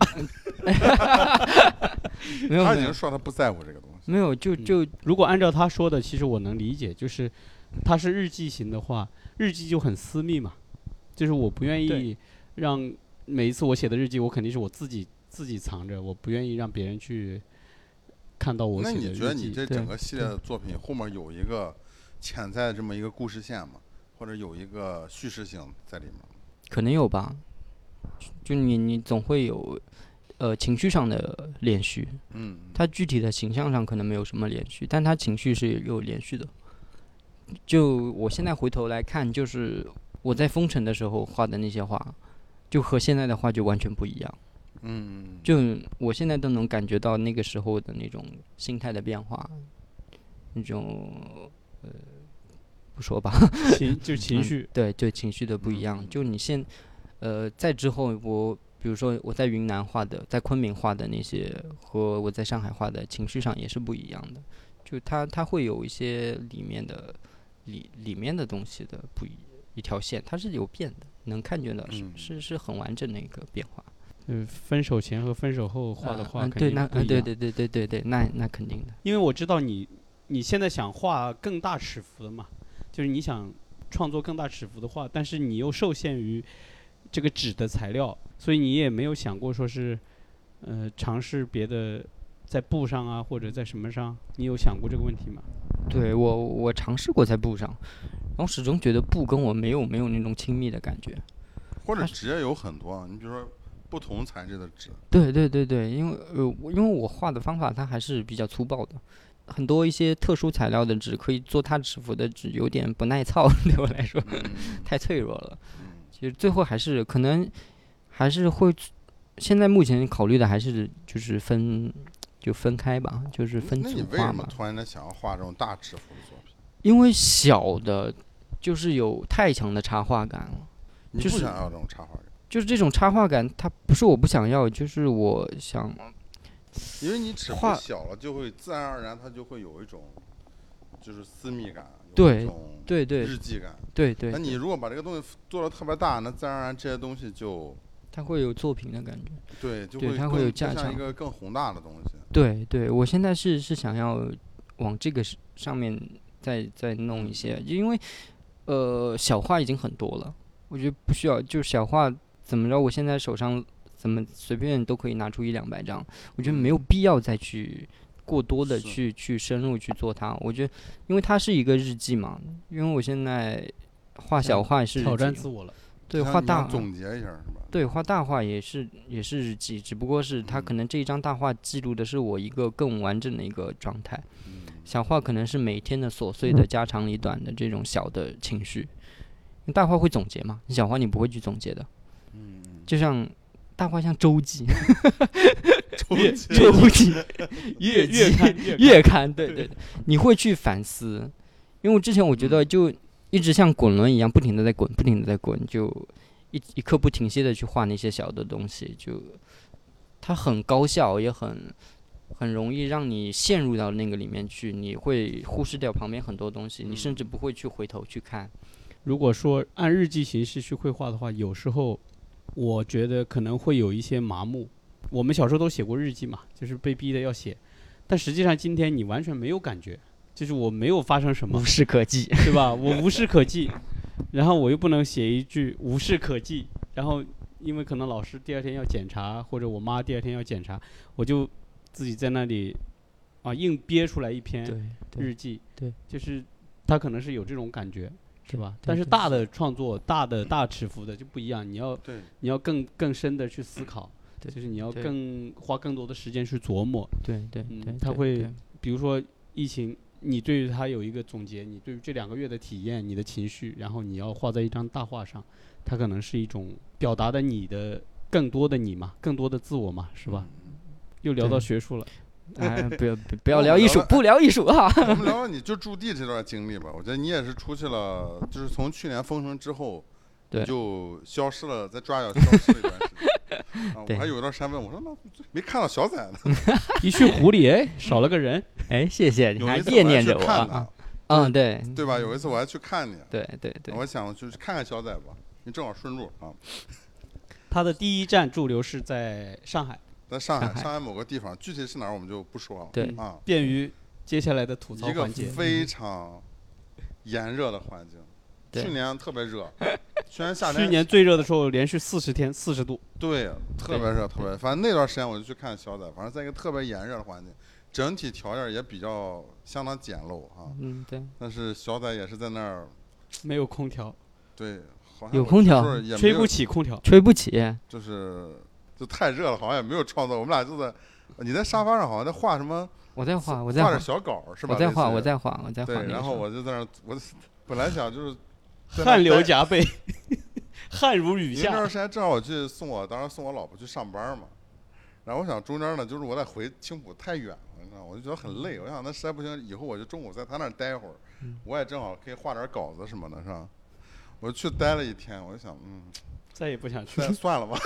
没有
他已
没
经
有
说他不在乎这个东西，
没有，就
嗯
就
如果按照他说的，其实我能理解，就是他是日记型的话，日记就很私密嘛，就是我不愿意
对
让每一次我写的日记，我肯定是我自己自己藏着，我不愿意让别人去看到我
那
写的
你觉得
日
你
记。
这
对
整个系列的作品后面有一个潜在的这么一个故事线吗？或者有一个叙事性在里面？
可能有吧，就你你总会有呃情绪上的连续，
嗯，
他具体的形象上可能没有什么连续，但他情绪是有连续的。就我现在回头来看，就是我在封城的时候画的那些画，就和现在的画就完全不一样。
嗯，
就我现在都能感觉到那个时候的那种心态的变化，那种呃，不说吧，
情就情
嗯
绪，
对对情绪的不一样。
嗯
就你现呃，在之后我比如说我在云南画的，在昆明画的那些和我在上海画的情绪上也是不一样的。就它它会有一些里面的里里面的东西的不一一条线，它是有变的，能看见到是、
嗯
是是很完整的一个变化。
嗯，分手前和分手后画的
呃
画
嗯
肯
对，
定
那
不
嗯
一
对
样
对对对对对，那那肯定的。
因为我知道你，你现在想画更大尺幅的嘛，就是你想创作更大尺幅的画，但是你又受限于这个纸的材料，所以你也没有想过说是，呃，尝试别的，在布上啊，或者在什么上，你有想过这个问题吗？
对我我尝试过在布上，然后始终觉得布跟我没有没有那种亲密的感觉。
或者
它
纸也有很多，啊你比如说不同材质的纸，
对对对对，因为呃，我因为我画的方法它还是比较粗暴的，很多一些特殊材料的纸可以做它纸幅的纸有点不耐操， [LAUGHS] 对我来说
嗯
太脆弱了。
嗯
其实最后还是可能还是会，现在目前考虑的还是就是分就分开吧，就是分
那你
组
为
画
什么
嘛。
突然间想要画这种大尺幅的作品？
因为小的就是有太强的插画感了。
你
就
不
是
想要这种插画人，
就是这种插画感，它不是我不想要，就是我想
哦因为你尺幅
画
小了，就会自然而然它就会有一种就是私密感，有一
对
种
对对
日记感。
对对
那，你如果把这个东西做的特别大，那自然而然这些东西就
它会有作品的感觉。
对就
对
会
它会
更
有
更
价
像一
值
个更宏大的东西。
对对，我现在是是想要往这个是上面再再弄一些，因为呃小画已经很多了，我觉得不需要，就是小画怎么着，我现在手上怎么随便都可以拿出一两百张，我觉得没有必要再去过多的
嗯是
去去深入去做它。我觉得，因为它是一个日记嘛，因为我现在画
挑
小画也是日
挑战
记
自我了，
对
像
画
你要
大
总结一下是吧？
对，画大画也是也是日记，只不过是它可能这一张大画记录的是我一个更完整的一个状态， [LAUGHS]
嗯，
小画可能是每天的琐碎的家长里短的这种小的情绪。大画会总结嘛？你小画你不会去总结的，嗯，就像大画像周记，
越
周记
[LAUGHS]
越
越
看越看
月刊，对对对，你会去反思，因为我之前我觉
嗯
得就一直像滚轮一样，不停的在滚，不停的在滚，就一一刻不停歇的去画那些小的东西，就它很高效，也很很容易让你陷入到那个里面去，你会忽视掉旁边很多东西，你
嗯
甚至不会去回头去看。
如果说按日记形式去绘画的话，有时候我觉得可能会有一些麻木。我们小时候都写过日记嘛，就是被逼的要写，但实际上今天你完全没有感觉，就是我没有发生什么
无，事可 [LAUGHS] 记，
对吧？我无事可记，然后我又不能写一句无事可记，然后因为可能老师第二天要检查，或者我妈第二天要检查，我就自己在那里啊硬憋出来一篇
对对
日记，
对
就是他可能是有这种感觉，是
对
吧？
对
但是
对
大的创作、大的大尺幅的就不一样，你要
对，
你要更更深的去思考，
对
就是你要
对
更花更多的时间去琢磨，
对对
嗯
对，
他
对
会
对
比如说疫情，你对于它有一个总结，你对于这两个月的体验、你的情绪，然后你要画在一张大画上，它可能是一种表达的你的更多的你嘛，更多的自我嘛，是吧？又聊到
对
学术了，
哎，不要
[LAUGHS]
不要
我
聊
们
艺
聊
术
了，
不聊艺术啊，
我们聊聊你就驻地这段经历吧。我觉得你也是出去了，就是从去年封城之后，
对
你就消失了，在抓药消失了一段时
[LAUGHS]
间。啊，我
对
还有一段时间问我说，那没看到小崽呢？
一去湖里，哎，少了个
[LAUGHS]
人，
哎，谢谢，你
[LAUGHS] 有
还
一次
惦
我还
念
去
着我 [LAUGHS]
看
啊，
他，
嗯，对
对吧？有一次我还去看你，啊
对对 [LAUGHS] 对，
我想就是看看小崽吧，你正好顺路啊，
他的第一站驻留是在上海，
在上海
上海
上海某个地方，具体是哪儿我们就不说了。
对
啊，
便于接下来的吐槽
一个
环节。
非常炎热的环境，
嗯对
去年特别
[LAUGHS]
热，去年夏天
去年最热的时候，连续四十天四十度，
对，特别热，特别。反正那段时间我就去看小崽，反正在一个特别炎热的环境，整体条件也比较相当简陋啊。
嗯对，
但是小崽也是在那儿，
没有空调，
对，好像
有
我
空
去
调
时候也没
吹
有
不起空调。
吹不起，
就是就太热了，好像也没有创作。我们俩就在你在沙发上好像在画什么，
我在啊画，我在
画
画
点，小稿儿是吧？
我在
类似
画，
于
我在画，我在画
对，
那个时候，
然后我就在 [LAUGHS] 那儿，我本来想就是在那儿
汗流
待
浃背， [LAUGHS] 汗如雨
因为那
下
段。时间正好我去送我，当时送我老婆去上班嘛。然后我想中间呢，就是我得回青浦太远了，你知道吗，我就觉得很累。我想那实在不行，以后我就中午在他那儿待会儿，
嗯
我也正好可以画点稿子什么的，是吧？我就去待了一天，我就想，嗯，
再也不想去
那
了。
算
[LAUGHS]
了吧。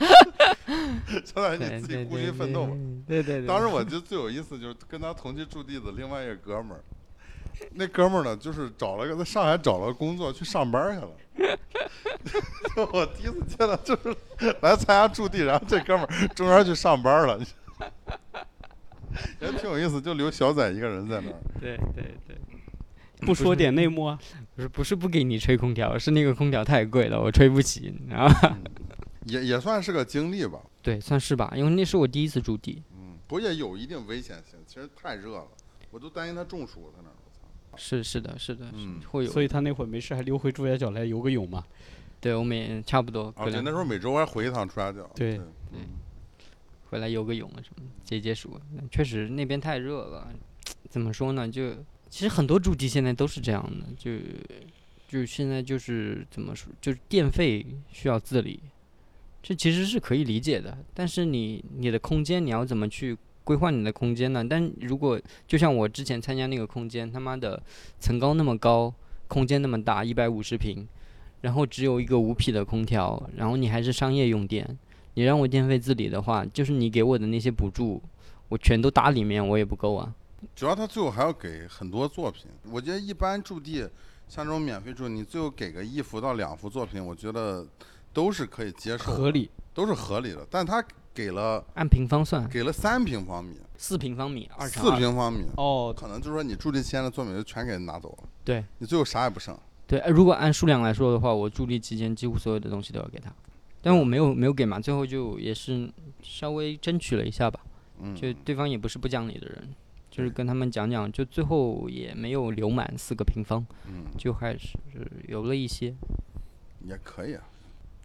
[LAUGHS] 小崽，你自己孤军奋斗吧。
对对对，
当时我觉得最有意思就是跟他同期驻地的另外一个哥们儿，那哥们儿呢，就是找了个在上海找了个工作去上班去了。 [LAUGHS] 就我第一次见到，就是来参加驻地，然后这哥们儿中间去上班了，也挺有意思，就留小崽一个人在那儿。
对对对，
不说点内幕啊？
不是不是不给你吹空调，是那个空调太贵了，我吹不起，然后
也也算是个经历吧，
对，算是吧，因为那是我第一次驻地，
嗯，不过也有一定危险性，其实太热了，我都担心他中暑在那儿。我操
是是的是的，是
嗯
会有
所，以他那会儿没事还溜回朱家角来游个泳嘛。
对我们也差不多，
啊，
回
对，
来
那时候每周还回一趟朱家角。
对
嗯
回来游个泳啊什么，解解暑，确实那边太热了，怎么说呢，就其实很多驻地现在都是这样的，就就现在就是怎么说，就是电费需要自理，这其实是可以理解的。但是你你的空间你要怎么去规划你的空间呢？但如果就像我之前参加那个空间，他妈的层高那么高，空间那么大，一百五十平，然后只有一个五匹的空调，然后你还是商业用电，你让我电费自理的话，就是你给我的那些补助，我全都打里面，我也不够啊。
主要他最后还要给很多作品，我觉得一般驻地像这种免费驻，你最后给个一幅到两幅作品，我觉得都是可以接受的，
合理，
都是合理的。但他给了
按平方算，
给了三平方米，
四平方米，二乘
四
二。
平方米，
哦，
可能就是说你驻地签的作品就全给拿走了，
对
你最后啥也不剩。
对，呃如果按数量来说的话，我助力期间几乎所有的东西都要给他，但我没有没有给嘛，最后就也是稍微争取了一下吧。
嗯，
就对方也不是不讲理的人，就是跟他们讲讲，就最后也没有留满四个平方，
嗯，
就还是留了一些。
也可以啊。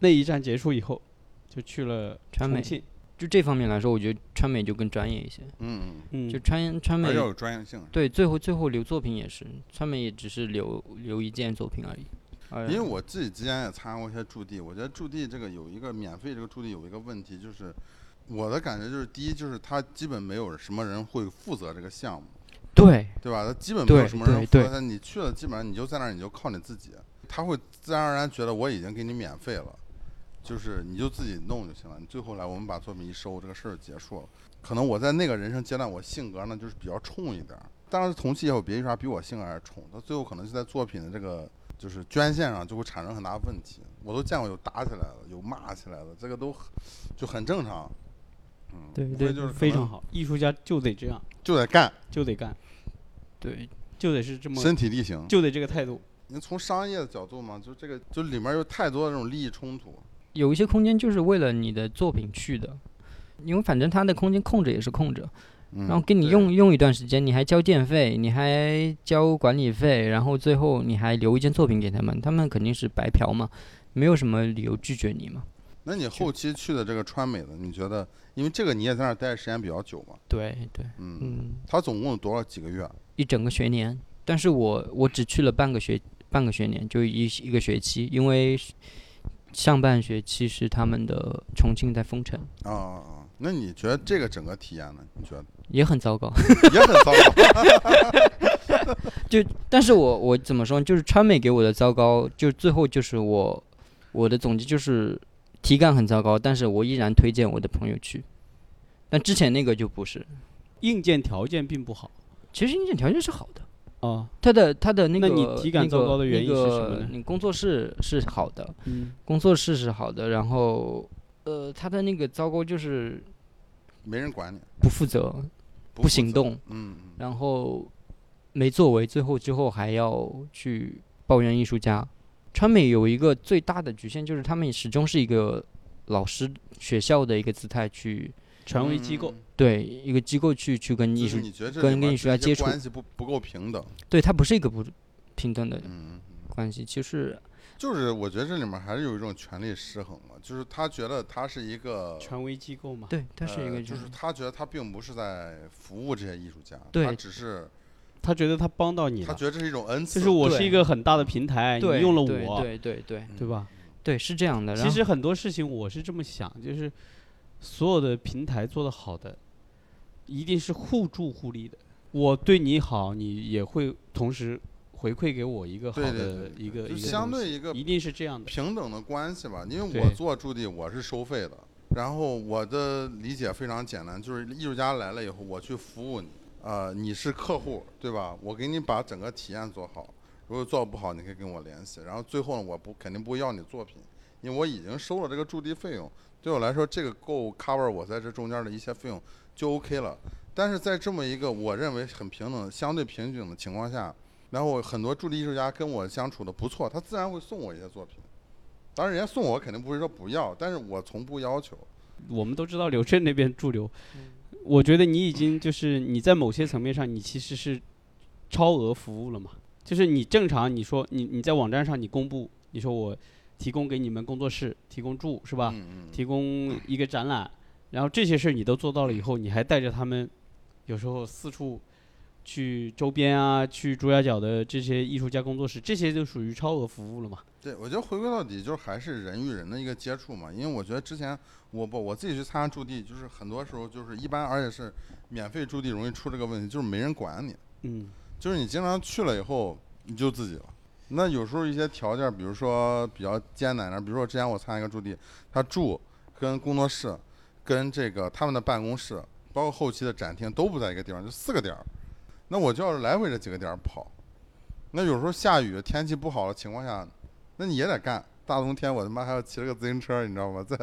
那一站结束以后，就去了
川
重
美
庆。
就这方面来说，我觉得川美就更专业一些，
嗯，
嗯，
就川川
嗯
美
还是要有专业性。
对，最后最后留作品也是，川美也只是留留一件作品而已。呃
因为我自己之前也参加过一些驻地，我觉得驻地这个有一个免费这个驻地有一个问题，就是我的感觉就是，第一就是他基本没有什么人会负责这个项目，
对
对吧？他基本没有
对
什么人
对
负责
对
它，你去了基本上你就在那儿，你就靠你自己，他会自然而然觉得我已经给你免费了，就是你就自己弄就行了。你最后来我们把作品一收，这个事儿结束了。可能我在那个人生阶段，我性格呢就是比较冲一点儿，当然同期也有别的艺术家比我性格还冲，他最后可能就在作品的这个就是捐献上就会产生很大问题。我都见过有打起来的，有骂起来的，这个都很就很正常。嗯，
对
无非
对
就是可
非
能
常好，艺术家就得这样，
就得干，
就得干，
对
就得是这么，
身体力行。
就得这个态度。
您从商业的角度嘛，就这个就里面有太多的这种利益冲突。
有一些空间就是为了你的作品去的，因为反正它的空间空着也是空着，
嗯、
然后给你
对
用用一段时间，你还交电费，你还交管理费，然后最后你还留一件作品给他们，他们肯定是白嫖嘛，没有什么理由拒绝你嘛。
那你后期去的这个川美的，你觉得，因为这个你也在那儿待的时间比较久嘛，
对对，
嗯，
嗯，
他总共有多少几个月？啊
一整个学年，但是我我只去了半个学半个学年，就一一个学期，因为上半学期是他们的重庆在封城，
啊啊啊！那你觉得这个整个体验呢？你觉得
也很糟糕。 [LAUGHS]
也很糟糕。
就但是我我怎么说呢，就是川美给我的糟糕，就最后就是我我的总结就是体感很糟糕，但是我依然推荐我的朋友去。但之前那个就不是，
硬件条件并不好
其实硬件条件是好的，
啊。
它的它的那
那
个
你体感糟糕的原因是什么
那个
呢
你工作室是好的，
嗯，
工作室是好的，然后呃，他的那个糟糕就是
没人管你，
不负责、
不
不
负
行
责。
动，
嗯，嗯
然后没作为，最后之后还要去抱怨艺术家。川美有一个最大的局限，就是他们始终是一个老师学校的一个姿态去
权威
嗯
机构，
对一个机构去去跟艺
就是
术，
你觉得这
跟
里面
跟艺术家
这些
接触
关系不不够平等。
对它不是一个不平等的
嗯，
关系。其实
就是我觉得这里面还是有一种权力失衡嘛，就是他觉得他是一个，
权威机构嘛。
对，它
呃
是一个
就是他觉得他并不是在服务这些艺术家，
对
他只是
他觉得他帮到你
他
了，
觉得这是一种恩赐。
就是我
对
是一个很大的平台，你
对
用了
对
我，
对对对
嗯
对嗯吧？
对是这样的。然
其
后
实很多事情我是这么想，就是所有的平台做得好的，一定是互助互利的。我对你好，你也会同时回馈给我一个好
对对对
的一个一
就
个
相
东
对
西
一个
一定是这样的。
平等的关系吧，因为
对
我做驻地我是收费的，然后我的理解非常简单，就是艺术家来了以后，我去服务你，呃，你是客户对吧？我给你把整个体验做好，如果做不好，你可以跟我联系，然后最后呢，我不肯定不会要你作品，因为我已经收了这个驻地费用，对我来说这个够 cover 我在这中间的一些费用就 OK 了。但是在这么一个我认为很平等、相对平等的情况下，然后很多驻地艺术家跟我相处的不错，他自然会送我一些作品。当然，人家送我肯定不会说不要，但是我从不要求。
我们都知道刘震那边驻留，
嗯
我觉得你已经就是你在某些层面上，你其实是超额服务了嘛。就是你正常，你说你你在网站上你公布，你说我提供给你们工作室提供住是吧？
嗯嗯，
啊提供一个展览，然后这些事儿你都做到了以后，你还带着他们，有时候四处去周边啊，去朱家角的这些艺术家工作室，这些就属于超额服务了嘛。
对，我觉得回归到底就是还是人与人的一个接触嘛。因为我觉得之前我不我自己去参加驻地，就是很多时候就是一般，而且是免费驻地容易出这个问题，就是没人管你，
嗯，
就是你经常去了以后你就自己了。那有时候一些条件，比如说比较艰难的，比如说之前我参加一个驻地，他住跟工作室、跟这个他们的办公室，包括后期的展厅都不在一个地方，就四个点儿。那我就要是来回这几个点儿跑，那有时候下雨、天气不好的情况下，那你也得干。大冬天我他妈还要骑着个自行车，你知道吗？在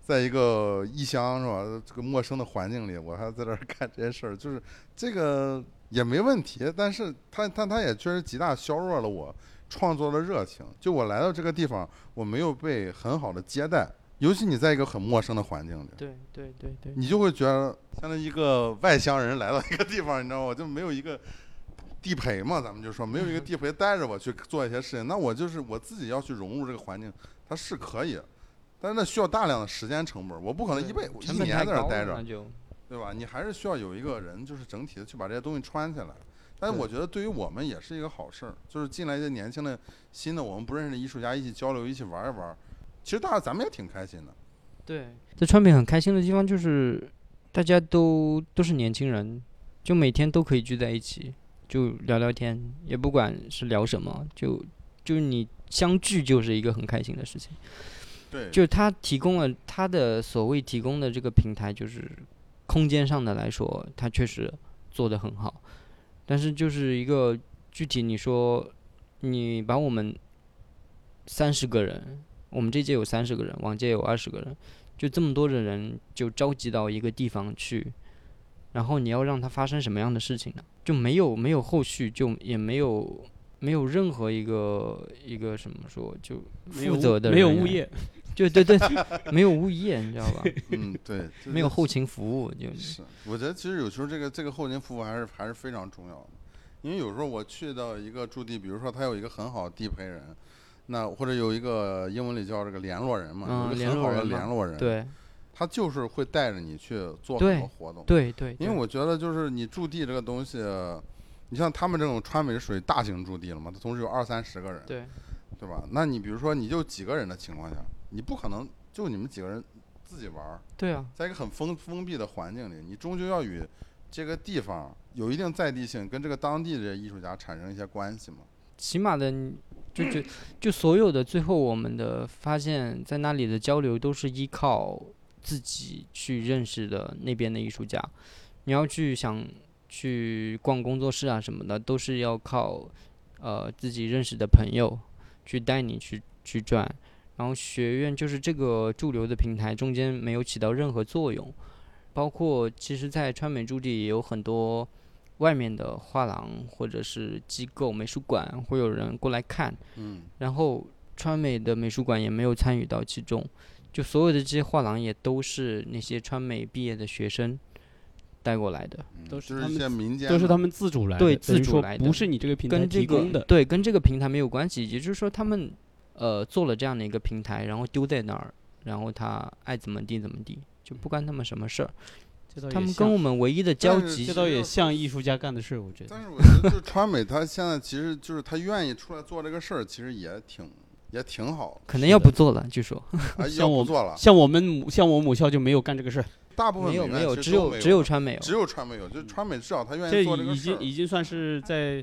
在一个异乡是吧？这个陌生的环境里，我还在这儿干这些事儿，就是这个也没问题。但是它但它也确实极大削弱了我创作的热情。就我来到这个地方，我没有被很好的接待，尤其你在一个很陌生的环境里。
对对对对
你就会觉得像一个外乡人来到一个地方，你知道吗？我就没有一个地陪嘛，咱们就说没有一个地陪带着我去做一些事情，那我就是我自己要去融入这个环境，它是可以，但是那需要大量的时间成本，我不可能一辈一
成本
年
太
在那
高
儿待
了，
着
那，就
对吧？你还是需要有一个人，就是整体的去把这些东西穿起来。但是
对
我觉得对于我们也是一个好事儿，就是进来一些年轻的、新的我们不认识的艺术家一起交流、一起玩一玩，其实大家咱们也挺开心的。
对，在川北很开心的地方就是大家都都是年轻人，就每天都可以聚在一起，就聊聊天，也不管是聊什么，就就是你相聚就是一个很开心的事情。
对，
就是他提供了他的所谓提供的这个平台，就是空间上的来说，他确实做得很好，但是就是一个具体你说，你把我们三十个人，我们这届有三十个人，往届有二十个人，就这么多的人就召集到一个地方去，然后你要让它发生什么样的事情呢？就没有没有后续，就也没有没有任何一个一个什么说就
没有
负
物
责的
没有
人
物
员，
业，
就
[LAUGHS]
对对，没有物业，你知道吧？
嗯，
[LAUGHS]
对，就是，
没有后勤服务，就是
我觉得其实有时候这个这个后勤服务还是还是非常重要的，因为有时候我去到一个驻地，比如说他有一个很好的地陪人，那或者有一个英文里叫这个联络人嘛，
嗯
有一个
联
很
络
好的
人嘛
联络人，，
对
他就是会带着你去做
对
很多活动，
对对，
因为我觉得就是你驻地这个东西，你像他们这种川美是属于大型驻地了嘛，他同时有二三十个人，
对
对吧？那你比如说你就几个人的情况下，你不可能就你们几个人自己玩儿。
对啊，
在一个很封封闭的环境里，你终究要与这个地方有一定在地性，跟这个当地的艺术家产生一些关系嘛。
起码的你就就就所有的最后我们的发现，在那里的交流都是依靠自己去认识的那边的艺术家。你要去想去逛工作室啊什么的，都是要靠呃自己认识的朋友去带你去去转。然后学院就是这个驻留的平台，中间没有起到任何作用。包括其实，在川美驻地也有很多外面的画廊或者是机构、美术馆会有人过来看，
嗯，
然后川美的美术馆也没有参与到其中，就所有的这些画廊也都是那些川美毕业的学生带过来的，
都
嗯就是是
他
一
们
些民间
都是
的
他们自主来的，
对
等
自
于
主
说
来的
不是你这个平台
跟这
提供
个
的。
对跟这个平台没有关系，也就是说他们呃做了这样的一个平台，然后丢在那儿，然后他爱怎么地怎么地，就不关他们什么事儿，
这倒
他
也
们
像
跟我们唯一的交
但是
集，
这
其
倒
实
也
就
像艺术家干的事儿，我觉
但
得。
是我觉得，就川美他现在其实就是他愿意出来做这个事儿，其实也挺也挺好
可能
是
要
的
不做了，据说。
[LAUGHS]
哎，
像
要
我
不
们
做了，
像我们母像我母校就没有干这个事儿，
大部分
没有
美
没
院
有，
其
只
实都
有
没有嗯
只有川美有，
只有川美哦有，就川美至少他愿
这
意做这个
已
事
经
儿。
已经算是在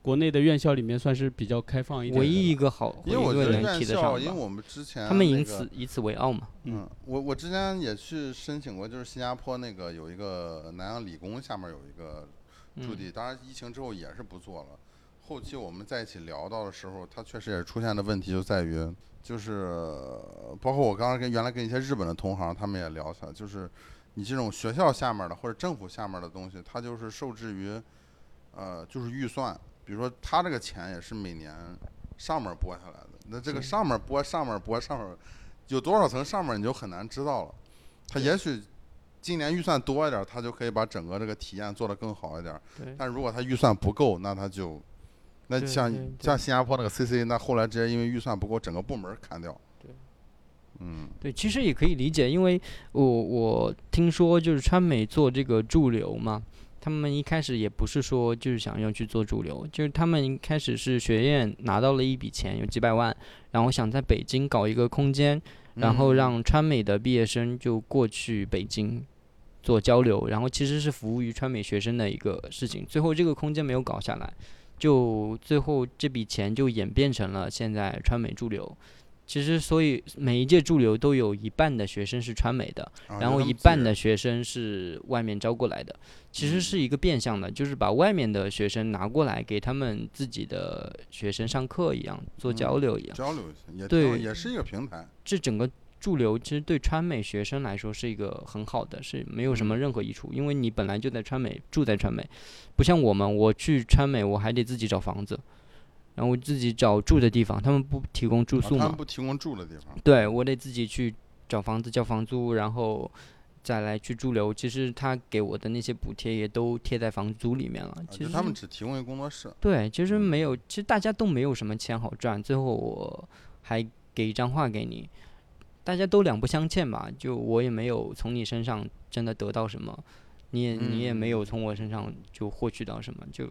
国内的院校里面算是比较开放一点的
唯
了。
一一个好
因
回
为我
应
觉得
论能
院
提得
校，
上
因为
吧。
我们之前
他们
呃那个
以此以此为傲嘛。
嗯，我我之前也去申请过，就是新加坡那个有一个南洋理工下面有一个驻
嗯，
地，当然疫情之后也是不做了。后期我们在一起聊到的时候，它确实也出现的问题就在于，就是呃包括我刚刚跟原来跟一些日本的同行，他们也聊起来，就是你这种学校下面的或者政府下面的东西，它就是受制于，呃，就是预算，比如说它这个钱也是每年上面拨下来的，那这个
是
上面拨上面拨上面有多少层上面你就很难知道了，它也许。今年预算多一点儿，它就可以把整个这个体验做得更好一点儿。
对，
但如果他预算不够，那他就，那
对
像
对对
像新加坡那个 CC，那后来直接因为预算不够，整个部门儿砍掉。
对，
嗯，
对，其实也可以理解，因为我我听说就是川美做这个驻留嘛，他们一开始也不是说就是想要去做驻留，就是他们一开始是学院拿到了一笔钱，有几百万，然后想在北京搞一个空间，然后
嗯
让川美的毕业生就过去北京做交流，然后其实是服务于川美学生的一个事情。最后这个空间没有搞下来，就最后这笔钱就演变成了现在川美驻留。其实，所以每一届驻留都有一半的学生是川美的，
啊
然
就
后
他们
一
自己
半
人
的学生是外面招过来的，其实
嗯
是一个变相的，就是把外面的学生拿过来给他们自己的学生上课一样，做交
嗯
流一样。
交流一下，也挺好
对
也是一个平台。
这整个驻留其实对川美学生来说是一个很好的，是没有什
嗯
么任何益处，因为你本来就在川美住在川美，不像我们，我去川美我还得自己找房子，然后自己找住的地方，他们不提供住
啊
宿
他
嘛，
们不提供住的地方，
对我得自己去找房子交房租，然后再来去驻留。其实他给我的那些补贴也都贴在房租里面了，
啊
其
就
实
他们只提供一个工作室。
对，其实
嗯
没有，其实大家都没有什么钱好赚。最后我还给一张画给你，大家都两不相欠吧。就我也没有从你身上真的得到什么，你也你也
嗯
没有从我身上就获取到什么。就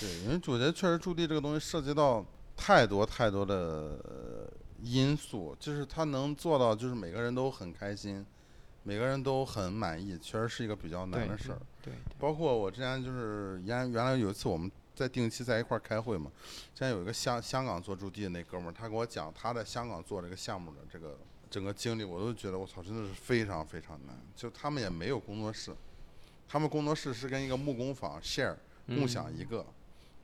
对，因为我觉得确实驻地这个东西涉及到太多太多的呃因素，就是他能做到，就是每个人都很开心，每个人都很满意，确实是一个比较难
对
的事儿。
对
包括我之前就是原原来有一次我们在定期在一块儿开会嘛，之前有一个香香港做驻地的那哥们儿，他给我讲他在香港做这个项目的这个整个经历，我都觉得我操，真的是非常非常难。就他们也没有工作室，他们工作室是跟一个木工坊 share 共享一个，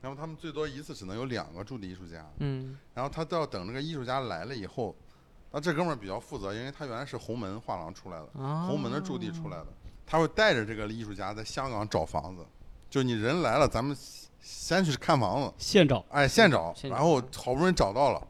然后他们最多一次只能有两个驻地艺术家，
嗯
然后他都要等这个艺术家来了以后，那这哥们儿比较负责，因为他原来是红门画廊出来的。
啊，
红门的驻地出来的，他会带着这个艺术家在香港找房子，就你人来了，咱们先去看房子，
现找
哎，现找，
嗯现找
然后好不容易找到了，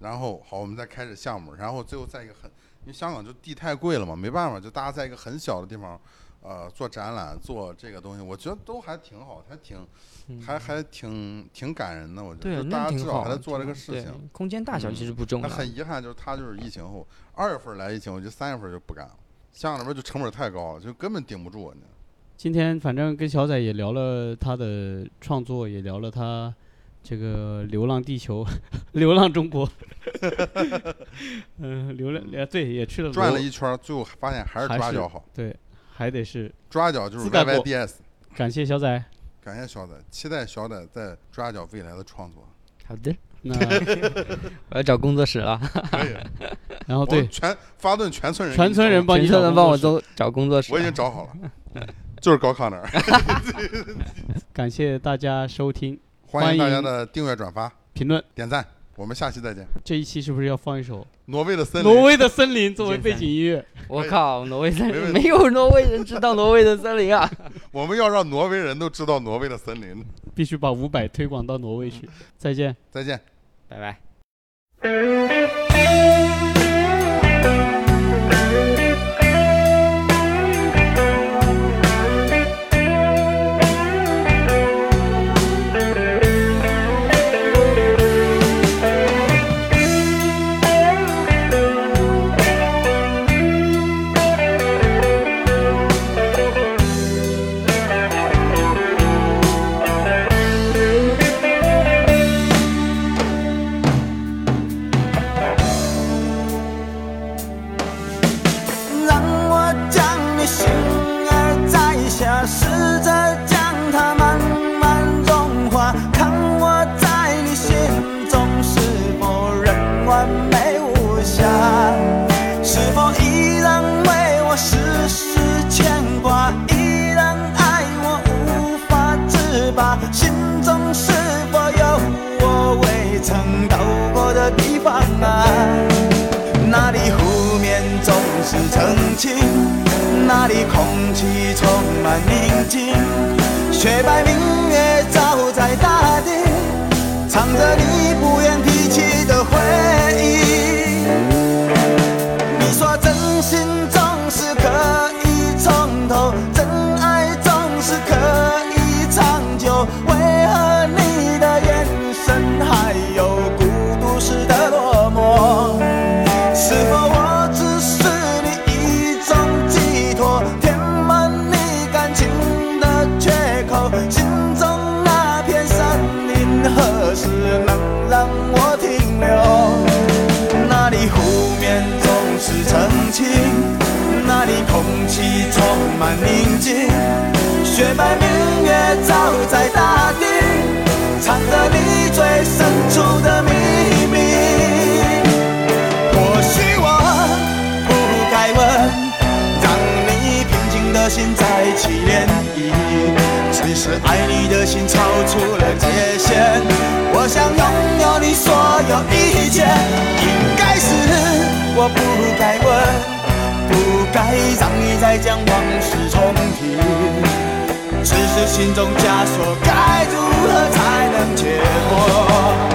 然后好，我们再开始项目，然后最后在一个很，因为香港就地太贵了嘛，没办法，就大家在一个很小的地方，呃，做展览，做这个东西，我觉得都还挺好，还挺，
嗯
还还挺挺感人的，我觉
对
得，
啊，
就大
那
家
挺
至少
好
还在
的，
做这个
挺
事
对
情。
空间大小
嗯
其实不重
那
要，
很遗憾，就是他就是疫情后，二月份来疫情，我觉得三月份就不干了。香港那边就成本太高了，就根本顶不住呢。
今天反正跟小仔也聊了他的创作，也聊了他这个《流浪地球》 [LAUGHS] 《流浪中
[LAUGHS]
国》 [LAUGHS] 嗯，流浪呃对，也去了
转
罗
了一圈，最后发现还是抓脚好，
对，还得是
抓脚就是
自带过
YYDS。
感谢小仔。
感谢小仔，期待小仔在抓脚未来的创作。
[LAUGHS] 好的，
[LAUGHS]
那
我要找工作室了，
可以，
然后
我
哦对
全发顿全村人，
全村人，帮
全
你
村
找
能
工
帮我
作室
都找工作室，啊
我已经找好了，就是高康
[LAUGHS]
那儿。
感谢大家收听
欢迎大家
欢迎
的订阅、转发、
评论。
点赞，我们下期再见。
这一期是不是要放一首
挪威的森
《
林，
挪威的森林》作为背景音乐？
我靠，挪威森
没
林
问
没有挪威人知道挪威的森
[LAUGHS]
林啊！
我们要让挪威人都知道挪威的森林。
必须把伍佰推广到挪威去。再见。
再见。
拜拜。
让我将你心儿摘下，试着将它慢慢融化，看我在你心中是否仍完美无瑕，是否依然为我时时牵挂，依然爱我无法自拔，心中是否有我未曾到过的地方啊？那里湖面总是澄清，那里空气充满宁静，雪白明月照在大地，藏着你不愿提起的回忆。你说真心总是可以从头，真爱总是可以长久，为何你的眼神还有孤独时的落寞？是否我只是你一种寄托，填满你感情的缺口？心中那片森林何时能让我停留？那里湖面总是澄清，那里空气充满宁静，雪白明月照在大地，藏着你最深处的秘密。或许我不该问，让你平静的心再起涟漪。只是爱你的心超出了界限，我想拥有你所有一切。应该是我不该问，不该让你再将往事重提。只是心中枷锁该如何才能解脱？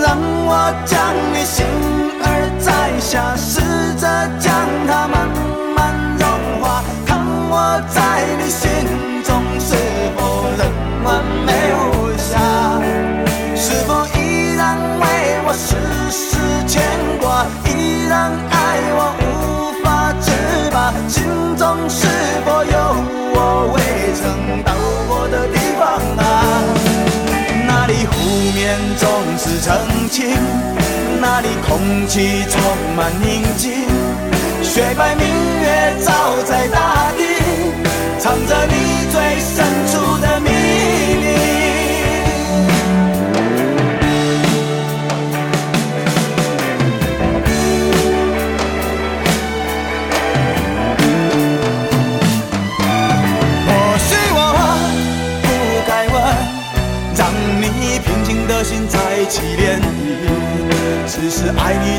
让我将你心儿摘下，试着将它慢慢融化，看我在你心中是否仍完美无瑕，是否依然为我时时牵挂，依然爱我无法自拔，心中是否有我未曾到过的地方啊？那里湖面总是澄清，那里空气充满宁静。雪雪白明月照在大地，藏着你最深处的秘密。或许我不该问，让你平静的心在起涟漪。只是爱你